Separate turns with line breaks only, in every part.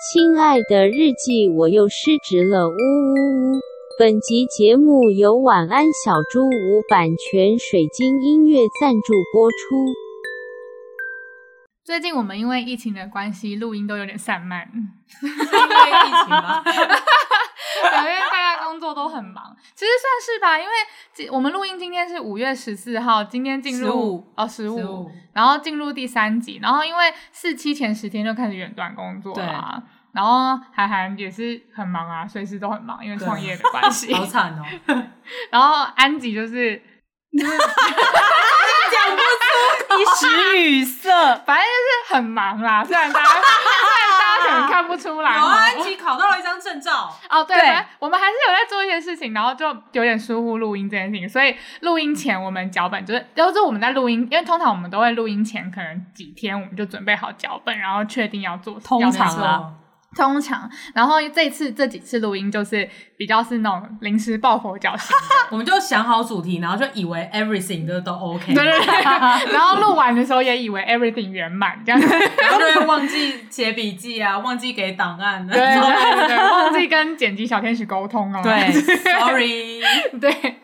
亲爱的日记，我又失职了，呜呜呜！本集节目由晚安小猪屋版权水晶音乐赞助播出。
最近我们因为疫情的关系，录音都有点散漫，
因为疫情吗？
对，因为大家工作都很忙。其实算是吧，因为今我们录音今天是五月十四号，今天进入
15
哦十五，
15
然后进入第三集，然后因为四期前十天就开始远端工作啦、然后韩寒也是很忙啊，随时都很忙，因为
对
创 业的关系。
好惨哦！
然后安吉就是
一时语塞。
反正就是很忙啦，虽然大家虽然大家可能看不出来，
有啊，
忙
安琪考到了一张证照，
哦，对，
对
反正我们还是有在做一些事情，然后就有点疏忽录音这件事情，所以录音前我们脚本就是，就是我们在录音，因为通常我们都会录音前可能几天我们就准备好脚本，然后确定要做，
通常
啊，
啦，
通常，然后这次这几次录音就是比较是那种临时抱佛脚 型的
我们就想好主题，然后就以为 everything 都都 OK，
对对对， 然后录完的时候也以为 everything 圆满这样子，
然后就会忘记写笔记啊，忘记给档案
对对对对，忘记跟剪辑小天使沟通了，
对，sorry，
对，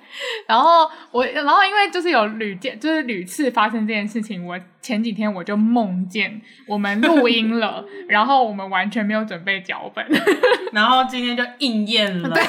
然后我，然后因为就是有屡见，就是屡次发生这件事情，我前几天我就梦见我们录音了， 然后我们完全没有准备脚本，
然后今天就应验了，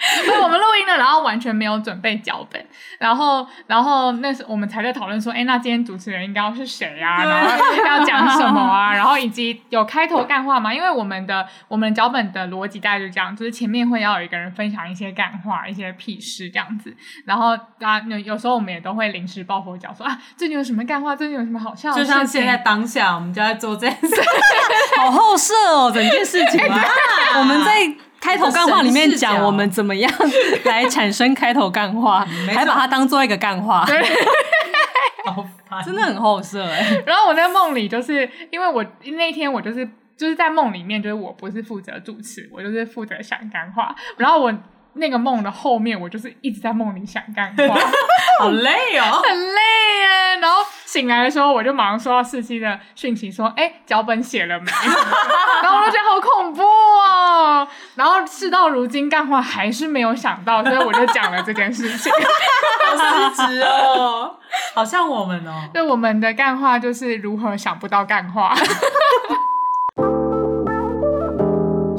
所以我们录音了，然后完全没有准备脚本，然后，然后那时我们才在讨论说，哎，那今天主持人应该要是谁啊？
对
然后要讲什么 啊？然后以及有开头干话嘛？因为我们的我们脚本的逻辑大概就这样，就是前面会要有一个人分享一些干话、一些屁事这样子，然后大家有有时候我们也都会临时抱佛脚说啊，最近有什么干话？最近有什么好笑的
就
事情？
像现在当下，我们就在做这件事，好后设哦，整件事情啊。
我们在开头干话里面
神视
讲
角
我们怎么样来产生开头干话，
没错
还把它当做一个干话，
好烦，
真的很后设哎、
然后我在梦里，就是因为我那天我就是就是在梦里面，就是我不是负责主持，我就是负责想干话。然后我那个梦的后面，我就是一直在梦里想干话，
好累哦。
很累耶。然后醒来的时候，我就马上收到四期的讯息说：“哎，脚本写了没？” 然后我就觉得好恐怖哦。然后事到如今，干话还是没有想到，所以我就讲了这件事情。
好失职哦，好像我们哦。
对，我们的干话就是如何想不到干话。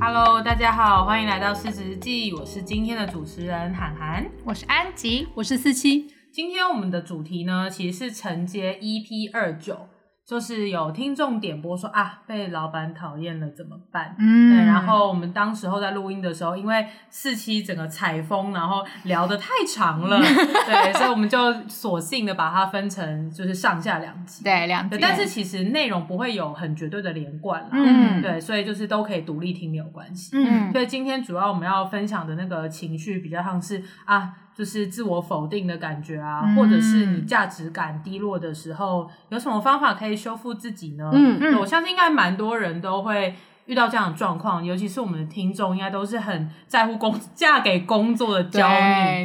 Hello，大家好，欢迎来到《失职日记》，我是今天的主持人涵涵。
我是安吉，
我是四七，
今天我们的主题呢，其实是承接 EP 二九，就是有听众点播说啊，被老板讨厌了怎么办？
嗯
对，然后我们当时候在录音的时候，因为四期整个采风，然后聊得太长 了，对，所以我们就索性的把它分成就是上下两集。
对两
对，
集，
但是其实内容不会有很绝对的连贯啦，
嗯
对，所以就是都可以独立听没有关系。
嗯
所以今天主要我们要分享的那个情绪比较像是啊，就是自我否定的感觉啊，
嗯
或者是你价值感低落的时候，有什么方法可以修复自己呢？
嗯
对我相信应该蛮多人都会。遇到这样的状况，尤其是我们的听众，应该都是很在乎工嫁给工作的焦虑，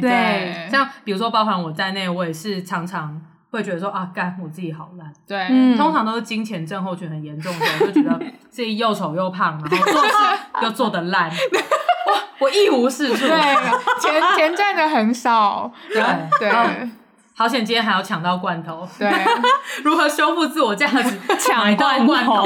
对对
像比如说包含我在内，我也是常常会觉得说啊，干我自己好烂，
对，
嗯
通常都是金钱症候群很严重的， 我就觉得自己又丑又胖，然后做事 又做得烂，哇，我一无是处。
对， 钱钱赚的很少，然后对
嗯
好险今天还要抢到罐头，
对，
如何修复自我价值？
抢
买到罐
罐
头
头，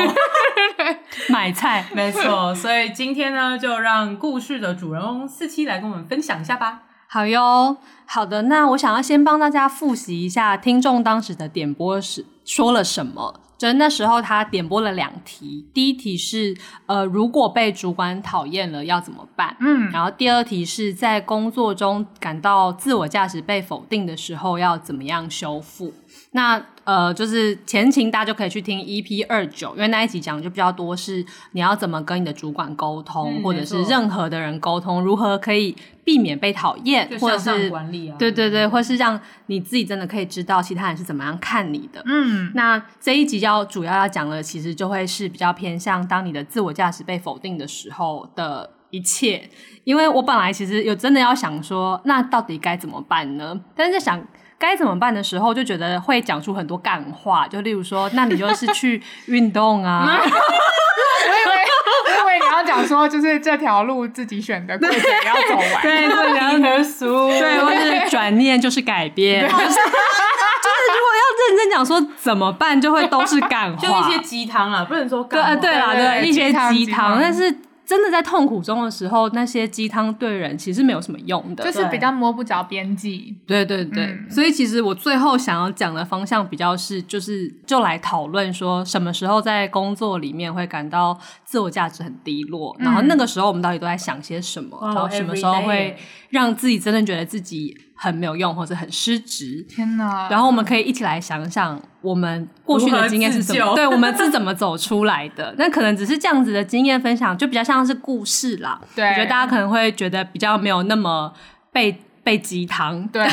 买菜，
没错。所以今天呢，就让故事的主人翁四七来跟我们分享一下吧。
好哟。好的，那我想要先帮大家复习一下听众当时的点播时说了什么。就是那时候他点播了两题，第一题是呃，如果被主管讨厌了要怎么办？
嗯，
然后第二题是在工作中感到自我价值被否定的时候要怎么样修复？那呃，就是前情大家就可以去听 EP 二九，因为那一集讲就比较多是你要怎么跟你的主管沟通，
嗯
或
没
者
错
是任何的人沟通，如何可以避免被讨厌
就，
或者
向上
是
管理啊，
对对对，或是让你自己真的可以知道其他人是怎么样看你的。
嗯，
那这一集要主要要讲的，其实就会是比较偏向当你的自我价值被否定的时候的一切。因为我本来其实有真的要想说，那到底该怎么办呢？但是在想该怎么办的时候，就觉得会讲出很多干话，就例如说，那你就是去运动啊，
我以为我以为你要讲说，就是这条路自己选的，过程也要走完。
对，或者和俗，对，或是转念就是改变， 就是就是如果要认真讲说怎么办， 就会都是干话，
就一些鸡汤啊，不能说
对，
干
呃
嘛
对啦，
对对
对，一些
鸡汤
鸡
鸡汤
汤，但是真的在痛苦中的时候，那些鸡汤对人其实没有什么用的。
就是比较摸不着边际。
对对对，
嗯
所以其实我最后想要讲的方向比较是，就是就来讨论说，什么时候在工作里面会感到自我价值很低落，
嗯
然后那个时候我们到底都在想些什么，
哇
然后什么时候
everyday
会让自己真的觉得自己很没有用或者很失职。
天哪！
然后我们可以一起来想想，我们过去的经验是怎
如
么，
何自救
对我们是怎么走出来的。那可能只是这样子的经验分享，就比较像是故事啦。
对
我觉得大家可能会觉得比较没有那么被被鸡汤。
对，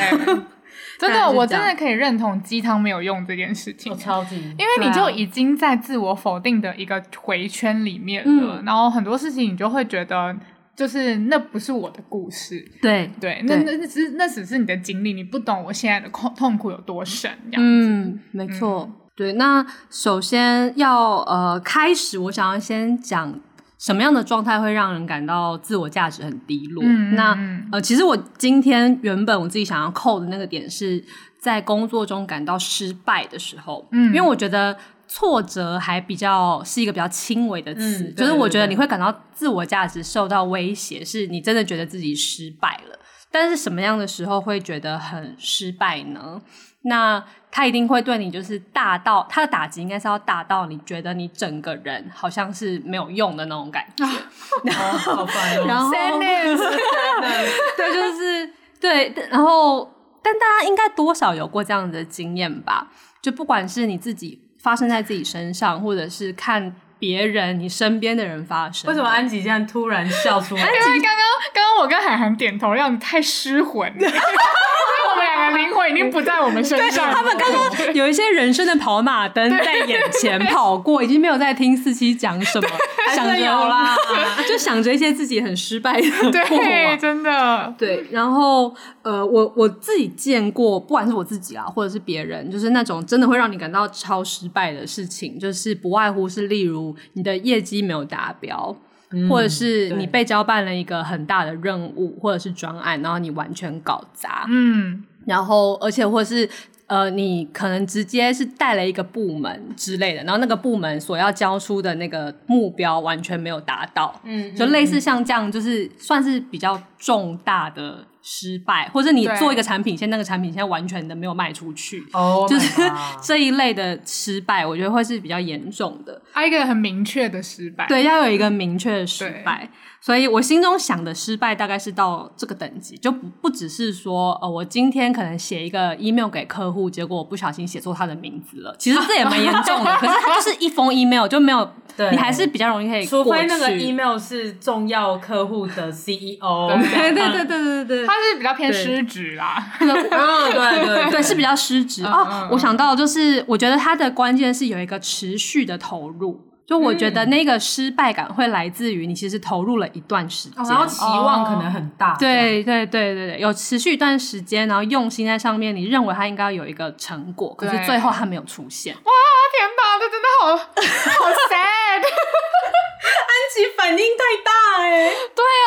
真
大概
的，
是
我
这
真
样啊
的可以认同鸡汤没有用这件事情
我。超 级
因为你
对啊
就已经在自我否定的一个回圈里面了，
嗯
然后很多事情你就会觉得，就是那不是我的故事，
对，
对，那
对
那那只是那只是你的经历，你不懂我现在的痛痛苦有多深，这样。
嗯，没错。对，那首先要呃开始，我想要先讲什么样的状态会让人感到自我价值很低落。
嗯
那
嗯
呃，其实我今天原本我自己想要扣的那个点是在工作中感到失败的时候，
嗯
因为我觉得。挫折还比较是一个比较轻微的词，
嗯
就
对
是我
对
觉得
对
你会感到自我价值受到威胁，是你真的觉得自己失败了。但是什么样的时候会觉得很失败呢？那他一定会对你就是大到他的打击应该是要大到你觉得你整个人好像是没有用的那种感觉，
哦好烦哦，
然后
Sadness
对，就是对，然后但大家应该多少有过这样的经验吧？就不管是你自己发生在自己身上，或者是看别人你身边的人发生的，
为什么安吉这样突然笑出来？
因为刚刚刚刚我跟韩寒点头，让你太失魂了，因 为我们两个灵魂已经不在我们身上了。
他们 刚刚有一些人生的跑马灯在眼前跑过，已经没有在听四七讲什么，想着
还是有啦，
就想着一些自己很失 败的过
对，
往。
真的，
对，然后呃，我我自己见过，不管是我自己啊，或者是别人，就是那种真的会让你感到超失败的事情，就是不外乎是例如你的业绩没有达标，
嗯
或者是你
对
被交办了一个很大的任务或者是专案，然后你完全搞砸，
嗯，
然后而且或是呃，你可能直接是带了一个部门之类的，然后那个部门所要交出的那个目标完全没有达到，
嗯
就类似像这样，就是算是比较重大的失败，或者你
对
做一个产品线，那个产品线完全的没有卖出去，
哦，
就是这一类的失败，我觉得会是比较严重的。
还有一个很明确的失败，
对，要有一个明确的失败。所以我心中想的失败大概是到这个等级，就不不只是说，呃，我今天可能写一个 email 给客户，结果我不小心写错他的名字了，其实这也蛮严重的。可是它就是一封 email 就没有，
对
你还是比较容易可以
除
过
非那个
去
email 是重要客户的 E CEO，
对
对对对对对对
他是比较偏
对
失职啦，
嗯对对
对，是比较失职
嗯嗯
哦
嗯。
我想到就是，我觉得它的关键是有一个持续的投入。就我觉
嗯
得那个失败感会来自于你其实投入了一段时间，
哦然后期望可能很大，
对对对对对，有持续一段时间，然后用心在上面，你认为它应该有一个成果，可
对
是最后它没有出现。
天哪，这真的好 好 sad，
这样，其反应太大哎，
对啊，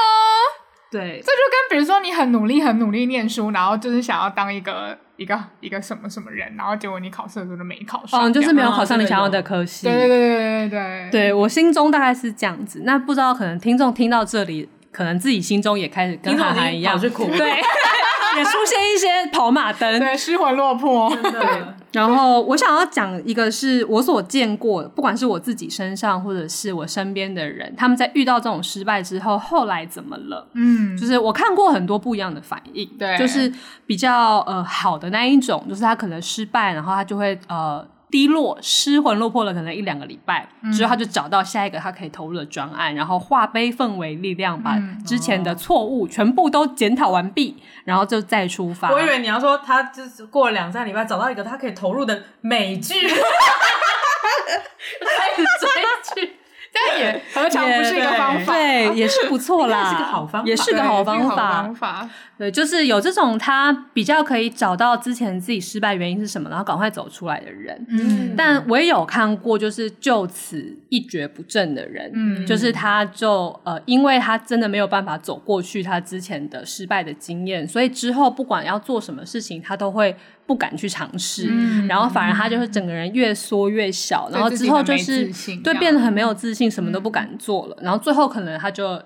对
这就跟比如说你很努力、很努力念书，然后就是想要当一个一个一个什么什么人，然后结果你考试的时候都没考上，
嗯，就是
这样
没有考上你想要
这个
的
有
科系。
对对对对对对
对我心中大概是这样子。那不知道可能听众听到这里，可能自己心中也开始跟
听众
韩
已经
寒一样
跑去哭
对，也出现一些跑马灯。
对，失魂落魄，
真的
然后我想要讲一个是我所见过的，不管是我自己身上，或者是我身边的人，他们在遇到这种失败之后，后来怎么了？
嗯，
就是我看过很多不一样的反应，
对
就是比较呃好的那一种，就是他可能失败，然后他就会呃低落、失魂落魄了，可能一两个礼拜、
嗯
之后，他就找到下一个他可以投入的专案，然后化悲愤为力量，把
嗯
之前
哦
的错误全部都检讨完毕，然后就再出发。
我以为你要说他就是过了两三礼拜找到一个他可以投入的美 剧，
开始追剧，但也 何尝不是一个方法？
对，也是不错啦，
应该是个好方法
也是个好方
对
法。
法。
对，就是有这种他比较可以找到之前自己失败原因是什么，然后赶快走出来的人。
嗯，
但我也有看过，就是就此一蹶不振的人，
嗯
就是他就呃，因为他真的没有办法走过去他之前的失败的经验，所以之后不管要做什么事情，他都会不敢去尝试，
嗯
然后反而他就是整个人越缩越小，然后之后就
对自己很没
是
自信嗯这
对
样
变得很没有自信，什么都不敢做了，然后最后可能他就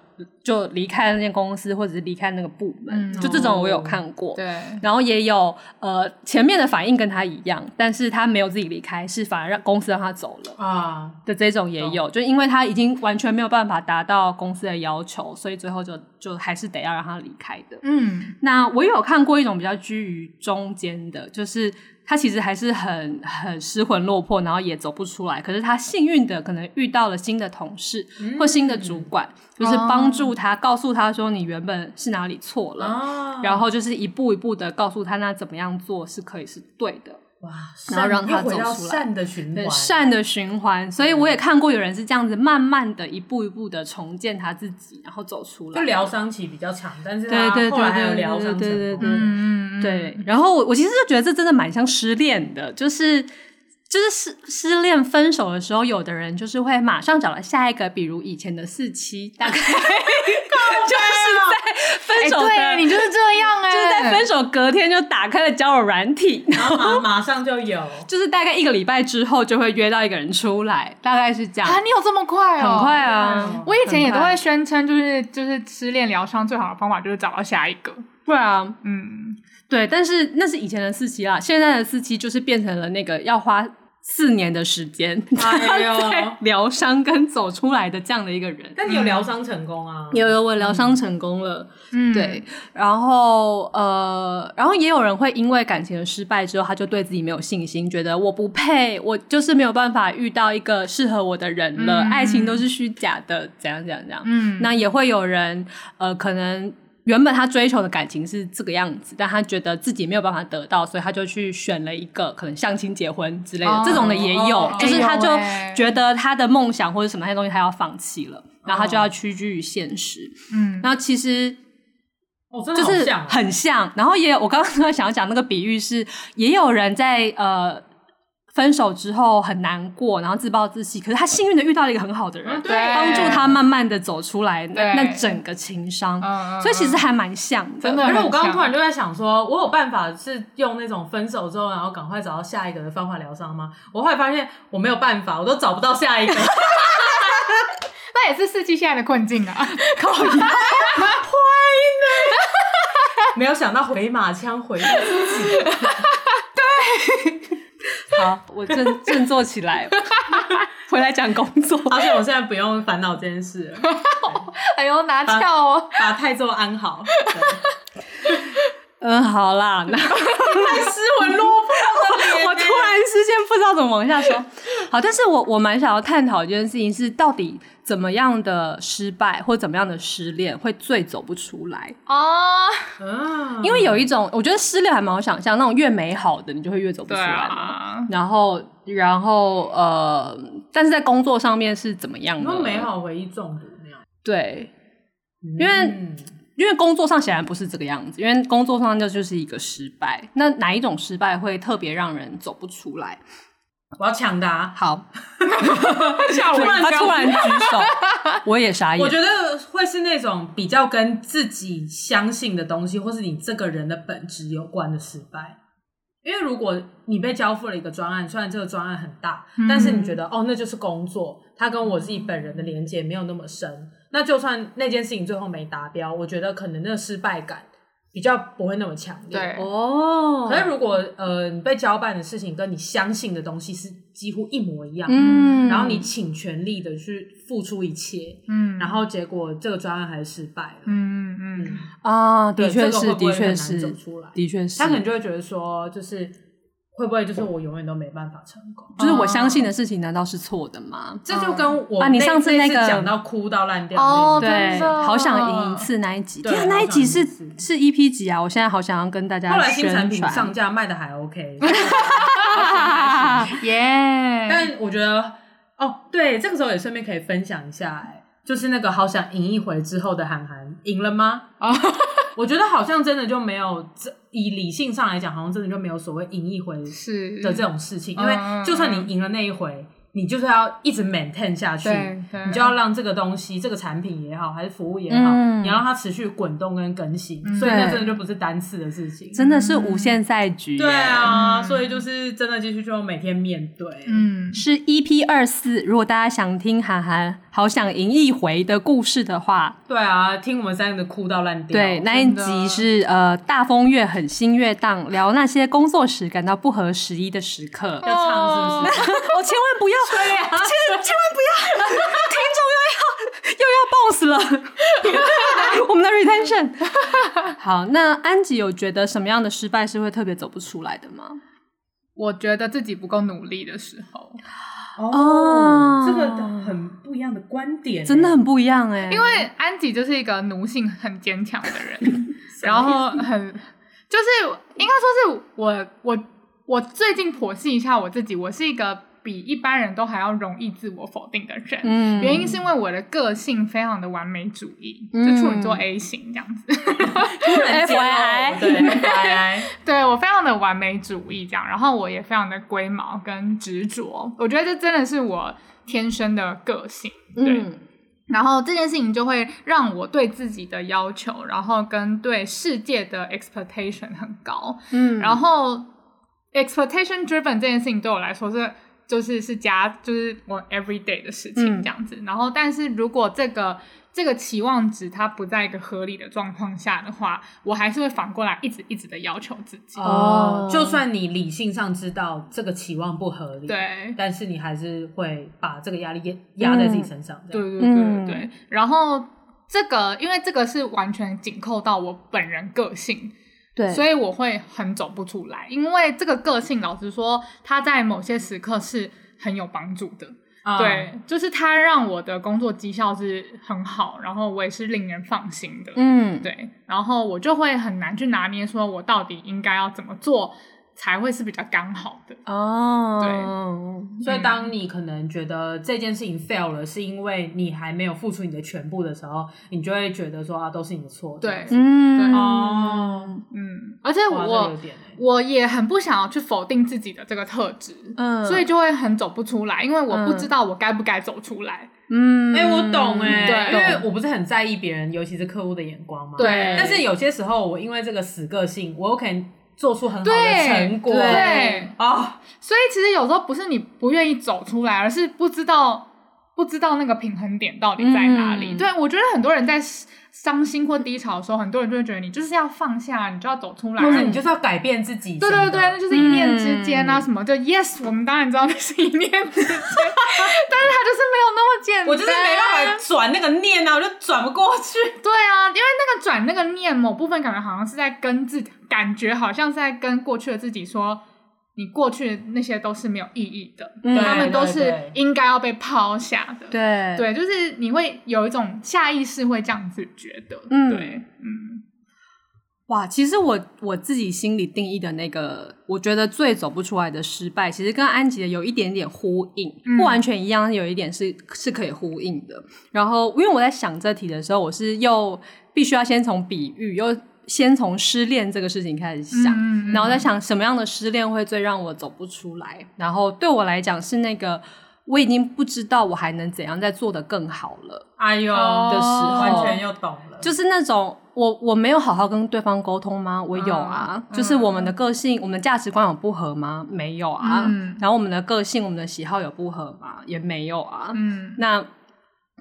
就离开了那间公司，或者是离开那个部门，
嗯哦
就这种我有看过，
对，
然后也有呃前面的反应跟他一样，但是他没有自己离开，是反而让公司让他走了
啊，
的这种也有，就因为他已经完全没有办法达到公司的要求，所以最后就就还是得要让他离开的。
嗯
那我有看过一种比较居于中间的，就是他其实还是很很失魂落魄，然后也走不出来。可是他幸运的可能遇到了新的同事
嗯
或新的主管，就是
哦
帮助他，告诉他说你原本是哪里错了，
啊
然后就是一步一步的告诉他，那怎么样做是可以是对的，
哇，
然后让他
善又回到
走出来
善的循
对
环，
善的循环。所以我也看过有人是这样子，慢慢的一步一步的重建他自己，然后走出来。
就疗伤期比较长，但是
对
他
对对
后来还有
对
疗伤
对对
成
对
功
对。
嗯嗯，
对，然后我我其实就觉得这真的蛮像失恋的，就是就是失失恋分手的时候，有的人就是会马上找到下一个，比如以前的四期，大概 就是在分
哎，
手的，
对你就是这样哎，
就是在分手隔天就打开了交友软体，
然后马马上就有，
就是大概一个礼拜之后就会约到一个人出来，大概是这样，
啊，你有这么快哦？
很快
嗯
啊，
我以前也都
很快
会宣称，就是就是失恋疗伤最好的方法就是找到下一个。
对啊，
嗯，
对，但是那是以前的四期啦，现在的四期就是变成了那个要花四年的时间，
啊
哎呦
哦
在疗伤跟走出来的这样的一个人。
但你有疗伤成功啊，
有有，我疗伤成功了，
嗯
对，，然后呃，然后也有人会因为感情的失败之后，他就对自己没有信心，觉得我不配，我就是没有办法遇到一个适合我的人了，
嗯
爱情都是虚假的，怎样怎样怎样。
嗯，
那也会有人呃，可能原本他追求的感情是这个样子，但他觉得自己没有办法得到，所以他就去选了一个可能相亲结婚之类的，
哦
这种的也有，
哎
哦
就是他就
有欸
觉得他的梦想或者什么那些东西他要放弃了，然后他就要屈居于现实。
嗯，
那其实
哦，真的
就
好
是
像哦
很像。然后也有我刚刚突然想要讲那个比喻是，也有人在呃分手之后很难过，然后自暴自弃，可是他幸运的遇到了一个很好的人，
嗯
对，
帮助他慢慢的走出来那
哎对
那整个情商，
嗯，嗯
所以其实还蛮像的。
真的
而且我刚刚
很像
突然就在想说，我有办法是用那种分手之后，然后赶快找到下一个的方法疗伤吗？我后来发现我没有办法，我都找不到下一个。
那也是四季现在的困境 啊。
没有想到回马枪回了自己，
好，我振振作起来，回来讲工作。
而且我现在不用烦恼这件事了，
哎呦，拿
啊
翘哦！
把太座安好。对
嗯，好啦，那
失魂落魄的脸，
我突然之间不知道怎么往下说。好，但是我我蛮想要探讨一件事情是，到底怎么样的失败或怎么样的失恋会最走不出来？
啊，
嗯，
因为有一种，我觉得失恋还蛮好想象，那种越美好的你就会越走不
对
出来嘛。
啊，
然后，然后呃，但是在工作上面是怎么样
你
的？
说美好回忆中毒那样，
对，因为
嗯
因为工作上显然不是这个样子，因为工作上这就是一个失败。那哪一种失败会特别让人走不出来？
我要抢答。
好，
吓我一
他
跳！
突然举手，我也傻眼。
我觉得会是那种比较跟自己相信的东西，或是你这个人的本质有关的失败。因为如果你被交付了一个专案，虽然这个专案很大，但是你觉得哦，那就是工作，它跟我自己本人的连接没有那么深。那就算那件事情最后没达标，我觉得可能那个失败感比较不会那么强烈。
对
哦
可是如果呃你被交办的事情跟你相信的东西是几乎一模一样，
嗯
然后你倾全力的去付出一切，
嗯，
然后结果这个专案还是失败了。
嗯嗯嗯，
嗯，
啊，
对
的确
这个会
是，
不会
的
很
确
难
是
走，出来。
的确是
他可，能就会觉得说，就是会不会就是我永远都没办法成功？
就是我相信的事情难道是错的吗？
这就跟我
啊你
那
上次
那次
那个
讲到哭到烂掉
哦
那一集
真的
好想赢一次那一集，
对
天啊，那一集是
好想赢一次
是 EP 集啊！我现在好想要跟大家
后来新产
宣
品上
传，
架卖的还 OK，
啊耶，
但我觉得哦，对，这个时候也顺便可以分享一下、哎，就是那个好想赢一回之后的韩寒赢了吗？
哦
我觉得好像真的就没有，这以理性上来讲，好像真的就没有所谓赢一回
是
的这种事情，
嗯
因为就算你赢了那一回，你就是要一直 maintain 下去，
对对
你就要让这个东西、这个产品也好，还是服务也好，
嗯
你要让它持续滚动跟更新，
嗯
所以那
对
真的就不是单次的事情。
真的是无限赛局
嗯
耶，
对啊，
嗯
所以就是真的继续就每天面对。
嗯
是 EP 二四。如果大家想听韩寒好想赢一回的故事的话，
对啊，听我们三个哭到烂掉。
对，那一
真的
集是呃大风月很新月档，聊那些工作时感到不合时宜的时刻。
要唱是 不是？
哦，千万不 要，千
啊
千万不要，听众又要又要 boss 了， 我们的 retention。好，那安吉有觉得什么样的失败是会特别走不出来的吗？
我觉得自己不够努力的时候，
哦
这个很不一样的观点，
真的很不一样哎、
因为安吉就是一个奴性很坚强的 人， 然后很就是应该说是我我我最近剖析一下我自己，我是一个比一般人都还要容易自我否定的人。
嗯
原因是因为我的个性非常的完美主义，
嗯
就处女座 A 型这样子。
突然间哦
FYI
对，FYI，
对我非常的完美主义这样，然后我也非常的龟毛跟执着，我觉得这真的是我天生的个性。对，
嗯
然后这件事情就会让我对自己的要求，然后跟对世界的 expectation 很高，
嗯，
然后 expectation driven 这件事情对我来说是就是是加就是我 everyday 的事情
嗯
这样子。然后，但是如果这个这个期望值它不在一个合理的状况下的话，我还是会反过来一直一直的要求自己。
哦
哦，就算你理性上知道这个期望不合理，，
对，
但是你还是会把这个压力压压在自己身上，这样
对对对
嗯
对。然后这个因为这个是完全紧扣到我本人个性，
对，
所
以
以我会很走不出来，因为这个个性，老实说，它在某些时刻是很有帮助的。
啊
对，就是它让我的工作绩效是很好，然后我也是令人放心的。
嗯，
对，然后我就会很难去拿捏，说我到底应该要怎么做才会是比较刚好的。
哦，
所以当你可能觉得这件事情 fail 了，是因为你还没有付出你的全部的时候，你就会觉得说啊，都是你的错，这样
对
子，
嗯，
对
哦，
嗯，而且
哇，这个有
我
点欸
我也很不想要去否定自己的这个特质，
嗯
所以就会很走不出来，因为我不
嗯
知道我该不该走出来。
嗯，
哎、我懂哎、
对
因为我不是很在意别人，尤其是客户的眼光嘛。
对
但是有些时候，我因为这个死个性，我有可能做出很好的
对
成果。
对
啊，
所以其实有时候不是你不愿意走出来，而是不知道不知道那个平衡点到底在哪里。
嗯
对我觉得很多人在伤心或低潮的时候，很多人就会觉得你就是要放下，你就要走出来，
或是你就是嗯要改变自己。
对对对，那
真的
就是一念之间啊，什么就 yes，我们当然知道那是一念之间，但是它 就是没有那么简单。
我就是没办法转那个念啊，我就转不过去。
对啊，因为那个转那个念，某部分感觉好像是在跟自己，感觉好像是在跟过去的自己说，你过去的那些都是没有意义的，
嗯
他们都
对
是
对对
应该要被抛下的。
对，
对，就是你会有一种下意识会这样子觉得，
嗯
对，嗯，
哇，其实我我自己心里定义的那个，我觉得最走不出来的失败，其实跟安吉的有一点点呼应，
嗯
不完全一样，有一点是是可以呼应的。然后，因为我在想这题的时候，我是又必须要先从比喻，又先从失恋这个事情开始想，
嗯
然后在，想什么样的失恋会最让我走不出来。然后对我来讲是那个，我已经不知道我还能怎样再做得更好了。
哎呦，
哦
的时候
完全又懂了。
就是那种我我没有好好跟对方沟通吗？我有啊，
嗯
就是我们的个性、我们的价值观有不合吗？没有啊。
嗯
然后我们的个性、我们的喜好有不合吗？也没有啊。
嗯
那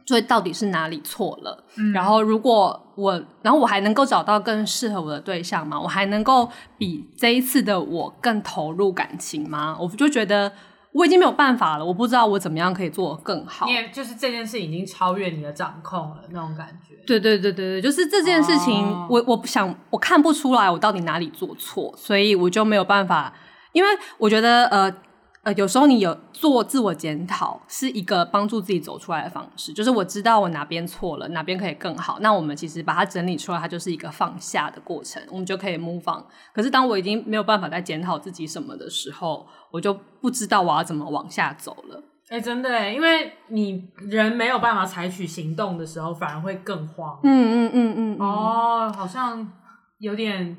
所以到底是哪里错了？
嗯
然后如果我，然后我还能够找到更适合我的对象吗？我还能够比这一次的我更投入感情吗？我就觉得我已经没有办法了，我不知道我怎么样可以做得更好
你。也就是这件事已经超越你的掌控了那种感觉。
对对对对对，就是这件事情，
哦
我我不想，我看不出来我到底哪里做错，所以我就没有办法，因为我觉得呃呃，有时候你有做自我检讨是一个帮助自己走出来的方式，就是我知道我哪边错了，哪边可以更好，那我们其实把它整理出来，它就是一个放下的过程，我们就可以 move on。可是当我已经没有办法再检讨自己什么的时候，我就不知道我要怎么往下走了。
哎、真的耶，因为你人没有办法采取行动的时候，反而会更慌。
嗯嗯嗯嗯，嗯，
哦，好像有点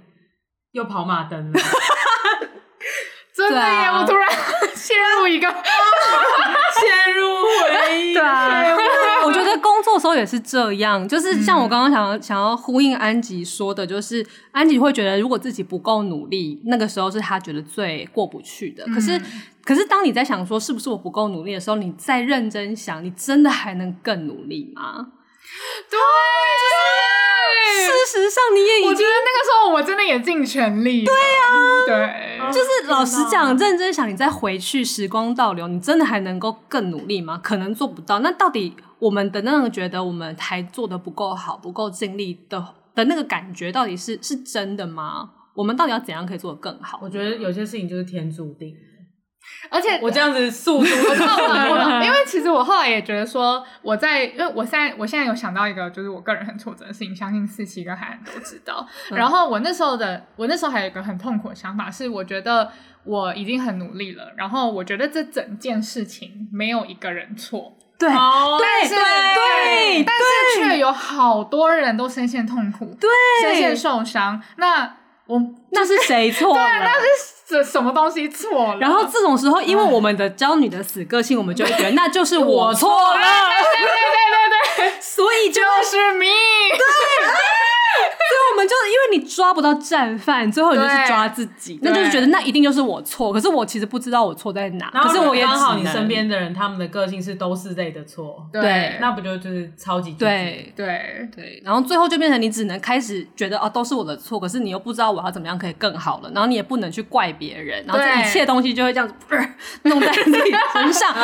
又跑马灯了。
真的耶！
对啊
我突然陷入一个，
陷入回忆。
对啊，我觉得工作的时候也是这样，就是像我刚刚想要、想要呼应安吉说的，就是安吉会觉得如果自己不够努力，那个时候是他觉得最过不去的。可是，可是当你在想说是不是我不够努力的时候，你再认真想，你真的还能更努力吗？
对，
事实上，你也
我
已
觉
经
得那个时候我真的也尽全力。对
啊
呀、对，
就是老实
哦天
讲，
哪
认真想，你再回去时光倒流，你真的还能够更努力吗？可能做不到。那到底我们的那种觉得我们还做的不够好、不够尽力的的那个感觉，到底是是真的吗？我们到底要怎样可以做得更好？
我觉得有些事情就是天注定。
而且
我这样子速度，我知
我懂了我 懂了因为其实我后来也觉得说，我在因为我现在我现在有想到一个，就是我个人很挫折的事情，相信四七跟海涵都知道。
嗯
然后我那时候的我那时候还有一个很痛苦的想法是，我觉得我已经很努力了，然后我觉得这整件事情没有一个人错，
对
哦，
但是
哎对
但是却有好多人都深陷痛苦，对，深陷受伤。那我
那是谁错了？
这什么东西错了？
然后这种时候，因为我们的娇女的死个性，我们就会觉得那就是我错了，
对对对对对，
所以就
就是 me。
我们就是因为你抓不到战犯，最后你就是
对
抓自己，
对
那就是觉得那一定就是我错。可是我其实不知道我错在哪，
然后
可是我也
刚好
只
你
能
身边的人，他们的个性是都是类的错，
对
那不就就是超级
对
对
对，然后最后就变成你只能开始觉得哦都是我的错，可是你又不知道我要怎么样可以更好了，然后你也不能去怪别人，然后这
对
一切东西就会这样子、呃 弄在自己身上，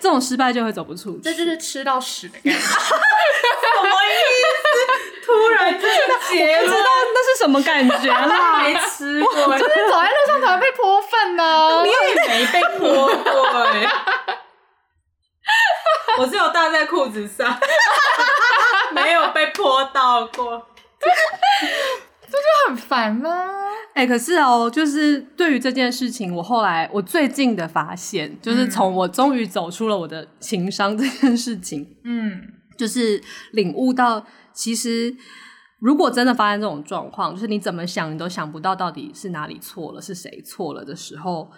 这种失败就会走不出去。
这 就是吃到屎的感觉。
突然之
我
间
不知道那是什么感觉啦。
没吃过，
就是走在路上才会被泼粪 呢、
啊
也没被泼过哎、我是有搭在裤子上，没有被泼到过。
很烦呢、啊。
哎、可是哦，就是对于这件事情，我后来我最近的发现，就是从我终于走出了我的情商这件事情，
嗯，
就是领悟到，其实如果真的发生这种状况，就是你怎么想你都想不到到底是哪里错了，是谁错了的时候，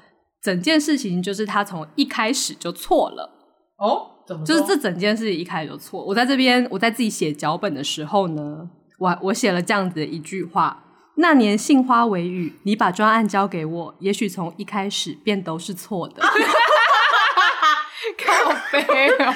整件事情就是他从一开始就错了。
哦，怎么
就是
说
这整件事情一开始就错。我在这边，我在自己写脚本的时候呢，我我写了这样子的一句话：那年杏花微雨，你把专案交给我，也许从一开始便都是错的。
靠背哦，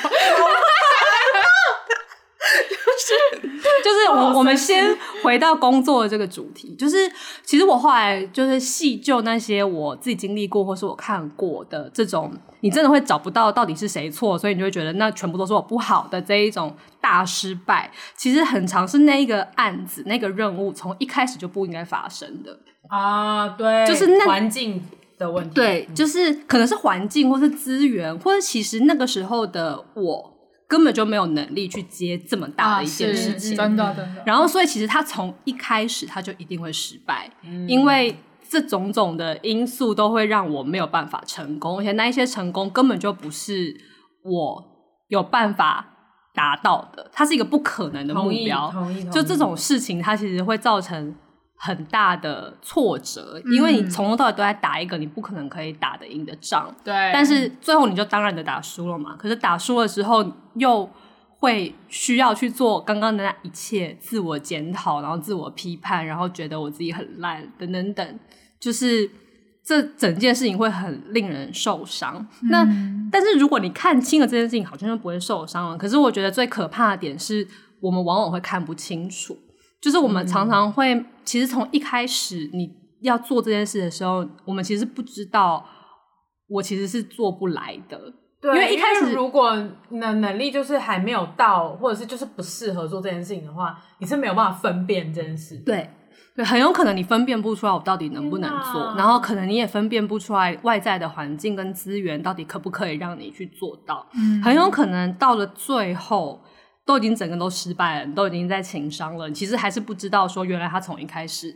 就是我我们先回到工作的这个主题，就是其实我后来就是细究那些我自己经历过或是我看过的这种，你真的会找不到到底是谁错，所以你就会觉得那全部都是我不好的这一种大失败。其实很常是那一个案子、那个任务从一开始就不应该发生的。
啊？对，
就是那
环境的问题。
对，嗯就是可能是环境，或是资源，或者其实那个时候的我根本就没有能力去接这么大
啊
的一件事情。嗯
真的真的。
然后，所以其实他从一开始他就一定会失败，
嗯
因为这种种的因素都会让我没有办法成功，而且那一些成功根本就不是我有办法达到的，它是一个不可能的目
同意
标。
同意，同意
就这种事情，它其实会造成很大的挫折，因为你
嗯
从头到尾都在打一个你不可能可以打得赢的仗，
对，
但是最后你就当然的打输了嘛。可是打输了之后，又会需要去做刚刚的那一切自我检讨，然后自我批判，然后觉得我自己很烂等等等，就是这整件事情会很令人受伤。那但是如果你看清了这件事情，好像就不会受伤了。可是我觉得最可怕的点是我们往往会看不清楚，就是我
嗯
们常常会，其实从一开始你要做这件事的时候，我们其实不知道我其实是做不来的。
对，
因为一开始
如果你的能力就是还没有到，或者是就是不适合做这件事情的话，你是没有办法分辨这件事。
对。对，很有可能你分辨不出来我到底能不能
天
做
哪，
然后可能你也分辨不出来外在的环境跟资源到底可不可以让你去做到。
嗯
很有可能到了最后，都已经整个都失败了，你都已经在情商了，你其实还是不知道说原来他从一开始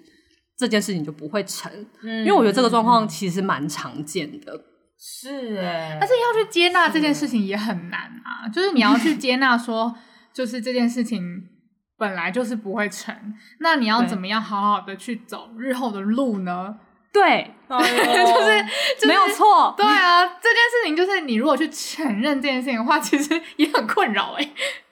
这件事情就不会成，
嗯，
因为我觉得这个状况其实蛮常见的。
是哎、
但是要去接纳这件事情也很难啊，就是你要去接纳说，就是这件事情本来就是不会成，那你要
对
怎么样好好的去走日后的路呢？
对，
哎呦
就是 就是
没有错。
对啊， 这件事情就是你如果去承认这件事情的话，其实也很困扰哎、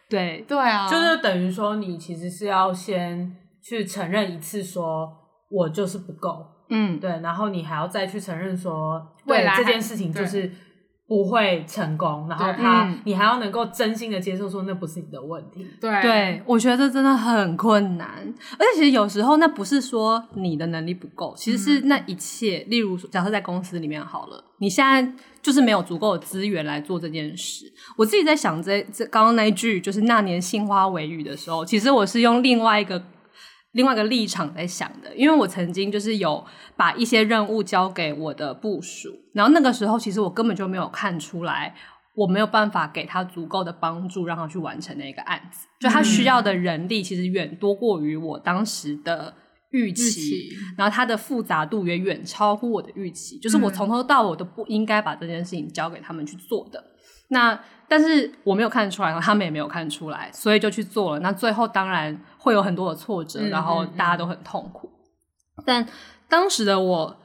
对
对啊，
就是等于说，你其实是要先去承认一次说我就是不够，
嗯，
对，然后你还要再去承认说，
未
对
来
这
还
件事情
对
就是不会成功，然后
对
他、
嗯
你还要能够真心的接受说那不是你的问题，
对
对，我觉得真的很困难，而且其实有时候那不是说你的能力不够，其实
嗯
是那一切，例如说假设在公司里面好了，你现在就是没有足够的资源来做这件事。我自己在想这这刚刚那一句就是那年杏花微雨的时候，其实我是用另外一个。 另外一个立场在想的，因为我曾经就是有把一些任务交给我的部署，然后那个时候其实我根本就没有看出来，我没有办法给他足够的帮助，让他去完成那个案子。
嗯
就他需要的人力其实远多过于我当时的预
预
期，
期，
然后它的复杂度也远超乎我的预期。就是我
嗯
从头到尾都不应该把这件事情交给他们去做的。那但是我没有看出来，然后他们也没有看出来，所以就去做了。那最后当然会有很多的挫折，
嗯
然后
嗯
大家都很痛苦。但当时的我，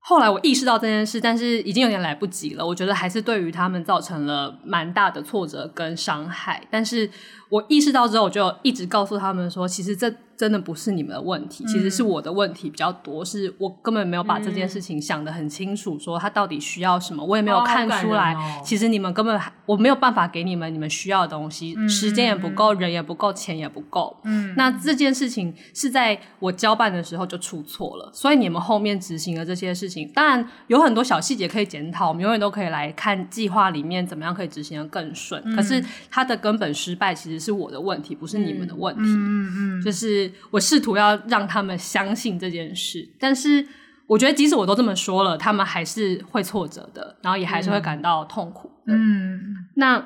后来我意识到这件事，但是已经有点来不及了。我觉得还是对于他们造成了蛮大的挫折跟伤害。但是我意识到之后，我就一直告诉他们说，其实这真的不是你们的问
嗯
题，其实是我的问题比较多，是我根本没有把这件事情想得很清楚，说他到底需要什么，我也没有
哦
看
好感
出来。
人哦
其实你们根本还我没有办法给你们你们需要的东西，
嗯
时间也不够，人也不够，钱也不够。
嗯，
那这件事情是在我交办的时候就出错了，所以你们后面执行的这些事情，当然有很多小细节可以检讨，我们永远都可以来看计划里面怎么样可以执行的更顺。
嗯
可是它的根本失败其实是我的问题，不是你们的问题。
嗯嗯嗯，
就是我试图要让他们相信这件事，但是我觉得即使我都这么说了，他们还是会挫折的，然后也还是会感到痛苦的。
嗯
那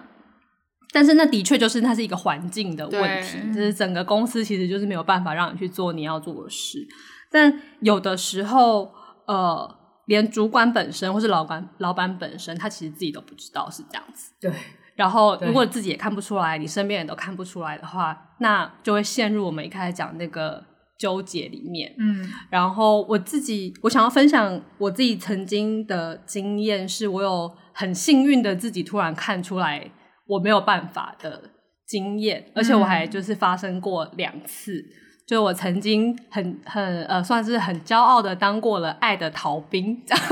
但是那的确就是它是一个环境的问题，
对
就是整个公司其实就是没有办法让你去做你要做的事。但有的时候，呃，连主管本身或是老板老板本身，他其实自己都不知道是这样子。
对，
然后，
对
如果自己也看不出来，你身边人都看不出来的话，那就会陷入我们一开始讲那个纠结里面。
嗯
然后我自己，我想要分享我自己曾经的经验，是我有很幸运的自己突然看出来我没有办法的经验，而且我还就是发生过两次。就我曾经很很呃，算是很骄傲的当过了爱的逃兵， 这样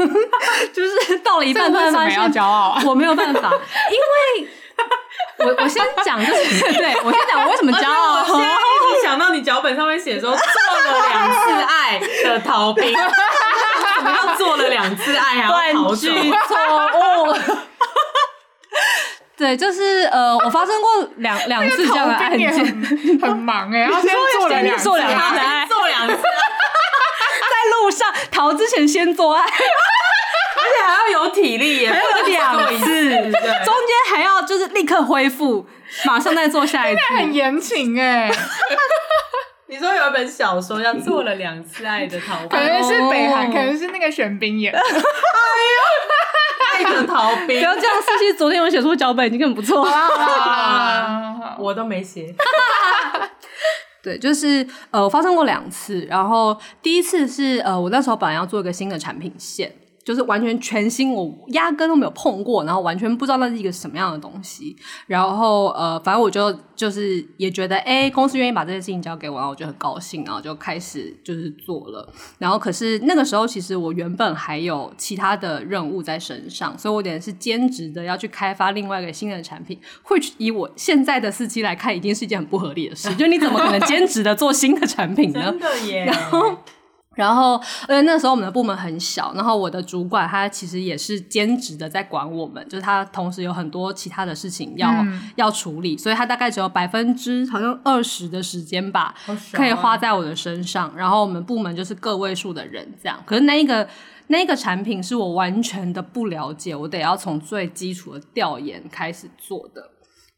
就是到了一半
这个
突
为
然
什么
发现
要骄 傲啊
我没有办法，因为我我先讲就是 对我先讲我为什么骄 傲，
现在一直想到你脚本上面写 说做了两次爱的逃兵，怎么要做了两次爱还 要逃走？
错误。 对，就是呃，我发生过两两次这样的案
头也
件，
很 很忙哎、然后先做了两次
做两次
啊
爱
做两次，
在路上逃之前先做爱，
而且还要有体力耶，还
有两
次，对
中间还要就是立刻恢复，马上再做下一次。
很严谨哎、
你说有一本小说叫《做了两次爱的逃兵
可》，能是北韩，
哦
可能是那个玄彬 演的，
爱的逃
不
兵，
要这样，思琪，昨天有写出脚本已经很不错 了。
啊
我都没 写。
对，就是呃，我发生过两次，然后第一次是呃，我那时候本来要做一个新的产品线，就是完全全新，我压根都没有碰过，然后完全不知道那是一个什么样的东西。然后呃，反正我就就是也觉得，哎、公司愿意把这件事情交给我，然后我就很高兴，然后就开始就是做了。然后可是那个时候，其实我原本还有其他的任务在身上，所以我有点是兼职的，要去开发另外一个新的产品。会以我现在的司机来看，已经是一件很不合理的事，就你怎么可能兼职的做新的产品呢
真？的耶。
然后，而且那时候我们的部门很小，然后我的主管他其实也是兼职的在管我们，就是他同时有很多其他的事情要、
嗯
要处理，所以他大概只有百分之好像二十的时间吧，
好爽
可以花
啊
在我的身上。然后我们部门就是个位数的人这样，可是那一个那一个产品是我完全的不了解，我得要从最基础的调研开始做的。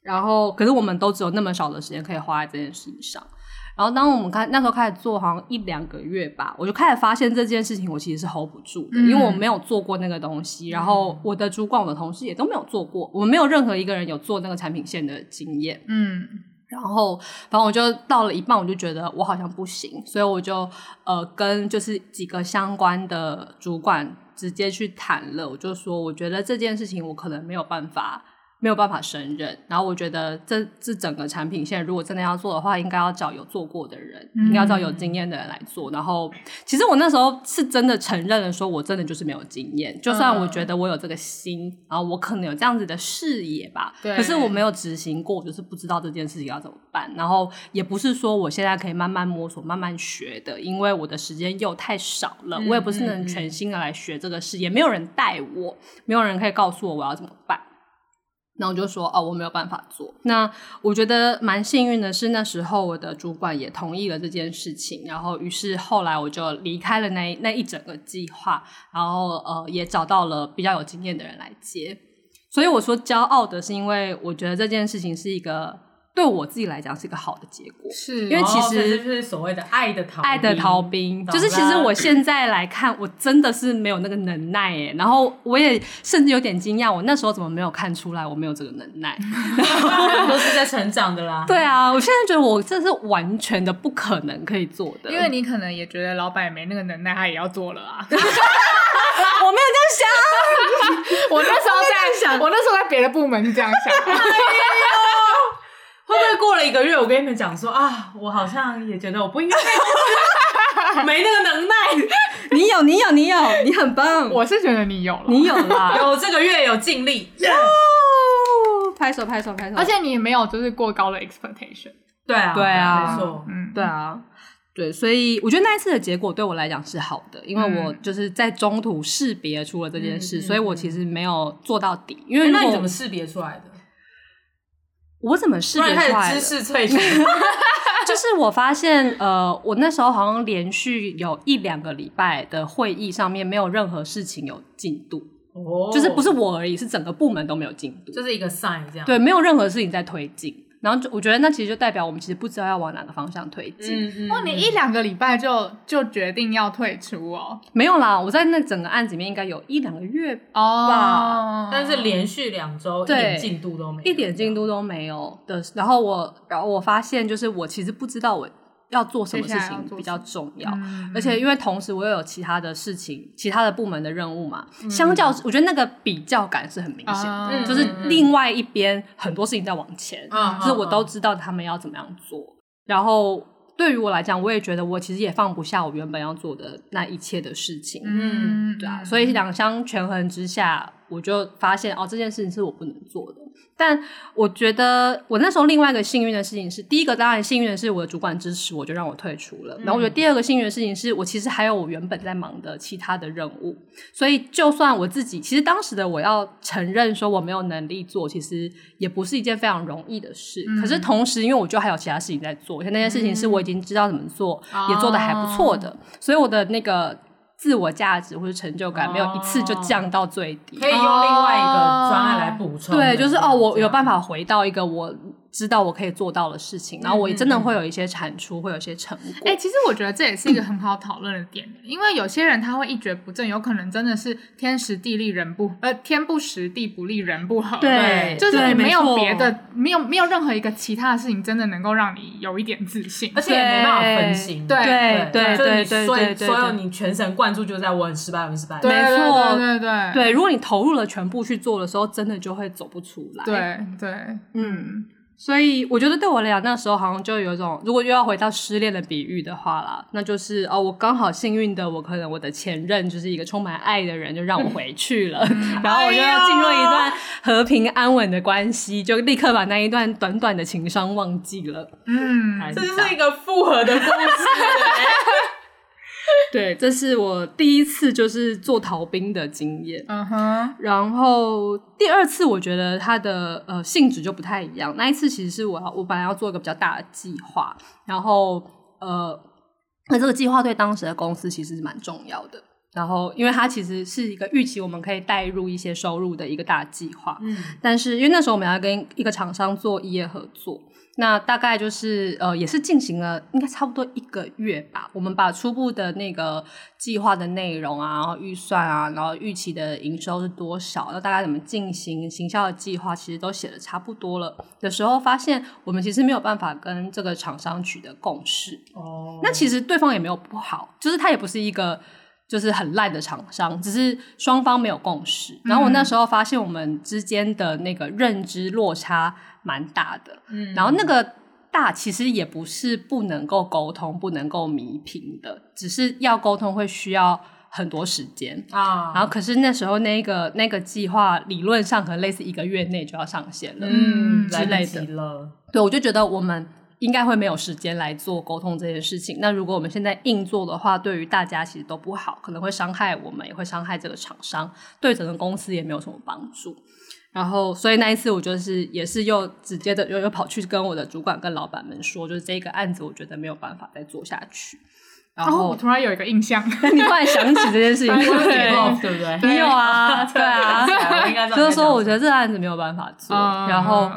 然后，可是我们都只有那么少的时间可以花在这件事情上。然后，当我们开那时候开始做，好像一两个月吧，我就开始发现这件事情我其实是 hold 不住的，
嗯
因为我没有做过那个东西。然后，我的主管、我的同事也都没有做过，我们没有任何一个人有做那个产品线的经验。
嗯
然后，反正我就到了一半，我就觉得我好像不行，所以我就呃跟就是几个相关的主管直接去谈了。我就说，我觉得这件事情我可能没有办法，没有办法胜任。然后我觉得这这整个产品线，如果真的要做的话，应该要找有做过的人，
嗯
应该要找有经验的人来做。然后，其实我那时候是真的承认了，说我真的就是没有经验。就算我觉得我有这个心，然后我可能有这样子的视野吧，
对
可是我没有执行过，我就是不知道这件事情要怎么办。然后也不是说我现在可以慢慢摸索、慢慢学的，因为我的时间又太少了，
嗯
我也不是
嗯
能
嗯
全心的来学这个事，也没有人带我，没有人可以告诉我我要怎么办。那我就说哦，我没有办法做。那我觉得蛮幸运的是，那时候我的主管也同意了这件事情，然后于是后来我就离开了那一那一整个计划，然后呃也找到了比较有经验的人来接。所以我说骄傲的是，因为我觉得这件事情是一个对我自己来讲是一个好的结果。
是，
因为其
哦
实
这就是所谓的爱的逃
爱的
逃。
逃兵，
懂
就是其实
了
我现在来看，我真的是没有那个能耐耶。然后我也甚至有点惊讶，我那时候怎么没有看出来我没有这个能 耐？
都是在成长的啦。
对啊，我现在觉得我这是完全的不可能可以做的，
因为你可能也觉得老板没那个能耐，他也要做了啊。
我没有这样想。
我那时候在想，我那时候在别的部门是这样 想，
会不会过了一个月，我跟你们讲说啊，我好像也觉得我不应该在公司没那个能 耐，
你有，你有，你有，你很棒，
我是觉得你有了，
你有啦。
有这个月有尽力。
哦拍手，拍手，拍手！
而且你也没有就是过高的 expectation。
对啊，
对啊
没错，
嗯，
对啊，对，所以我觉得那一次的结果对我来讲是好的，因为我
嗯
就是在中途识别出了这件事，
嗯嗯
所以我其实没有做到底。因
哎
为如
那
果
你怎么识别出来的？
我怎么识
突
别
然
出来
开
的？
始知识 萃 取，
就是我发现，呃，我那时候好像连续有一两个礼拜的会议上面没有任何事情有进度，
哦
就是不是，我而已，是整个部门都没有进度。
就是一个 sign 这样。
对，没有任何事情在推进。然后就我觉得那其实就代表我们其实不知道要往哪个方向推进。
嗯，嗯
哇，你一两个礼拜就就决定要退出哦，
没有啦，我在那整个案子里面应该有一两个月
哦，
但是连续两周一
对
点进度都没有，
一点进度都没有的。然后我，然后我发现就是我其实不知道我要做什么
接
事
下来要
情
做
比较
什么
重要。
嗯，
而且因为同时我又有其他的事情，其他的部门的任务嘛，相较我觉得那个比较感是很明显的，
嗯啊
嗯
就是另外一边很多事情在往前，
嗯
就是
啊
我都知道他们要怎么样做。然后对于我来讲，我也觉得我其实也放不下我原本要做的那一切的事情，
嗯，
对啊，所以两相权衡之下，我就发现哦，这件事情是我不能做的。但我觉得我那时候另外一个幸运的事情是，第一个当然幸运的是我的主管支持我，就让我退出了。然后我
嗯
觉得第二个幸运的事情是我其实还有我原本在忙的其他的任务，所以就算我自己，其实当时的我要承认说我没有能力做，其实也不是一件非常容易的事。
嗯
可是同时，因为我就还有其他事情在做，而且那些事情是我已经知道怎么做，
嗯
也做的还不错的，所以我的那个自我价值或是成就感没有一次就
哦
降到最低。
可以用另外一个专案来补充的。
哦对，就是哦，我有办
法
法回到一个我知道我可以做到的事情，然后我也真的会有一些产出，会有一些成果。
嗯哎、其实我觉得这也是一个很好讨论的点，因为有些人他会一蹶不振，有可能真的是天时地利人不呃天不时地不利人不和，
对
就是你
对
没有
没错
别的，没有没有任何一个其他的事情真的能够让你有一点自信，
而且也没办法分心。
对
对对
就是你
对对
所以
对对
所有你全神贯注就在我很失败，我很失败。
对
没错
对对对
对，如果你投入了全部去做的时候，真的就会走不出来。
对对，
嗯，所以我觉得对我来讲，那时候好像就有一种，如果又要回到失恋的比喻的话啦，那就是哦，我刚好幸运的，我可能我的前任就是一个充满爱的人，就让我回去了，然后我就要进入一段和平安稳的关系，就立刻把那一段短短的情伤忘记了。
嗯，
还
这
这
就是
样
一个复合 的故事。
对，这是我第一次就是做逃兵的经验。
嗯哼，
然后第二次，我觉得它的呃性质就不太一样。那一次其实是我要我本来要做一个比较大的计划，然后呃，那这个计划对当时的公司其实是蛮重要的。然后，因为它其实是一个预期我们可以带入一些收入的一个大计划，
嗯，
但是因为那时候我们要跟一个厂商做异业合作，那大概就是呃也是进行了应该差不多一个月吧，我们把初步的那个计划的内容啊，然后预算啊，然后预期的营收是多少，那大概怎么进行行销的计划，其实都写的差不多了的时候，发现我们其实没有办法跟这个厂商取得共识。
哦
那其实对方也没有不好，就是他也不是一个就是很烂的厂商，只是双方没有共识。然后我那时候发现我们之间的那个认知落差蛮大的，
嗯
然后那个大其实也不是不能够沟通、不能够弥平的，只是要沟通会需要很多时间。
啊，
然后，可是那时候那个那个计划理论上可能类似一个月内就要上线了，
嗯，
之
来不
类
及了，
对，我就觉得我们应该会没有时间来做沟通这件事情。那如果我们现在硬做的话，对于大家其实都不好，可能会伤害我们，也会伤害这个厂商，对整个公司也没有什么帮助。然后，所以那一次我就是也是又直接的又又跑去跟我的主管跟老板们说，就是这个案子我觉得没有办法再做下去。然
哦，
后
我突然有一个印象，
你突然想起这件事情，
对
对，
对不对？
你有啊， 对啊，
我应该知道你在讲什么
就是说我觉得这个案子没有办法做，
嗯
然后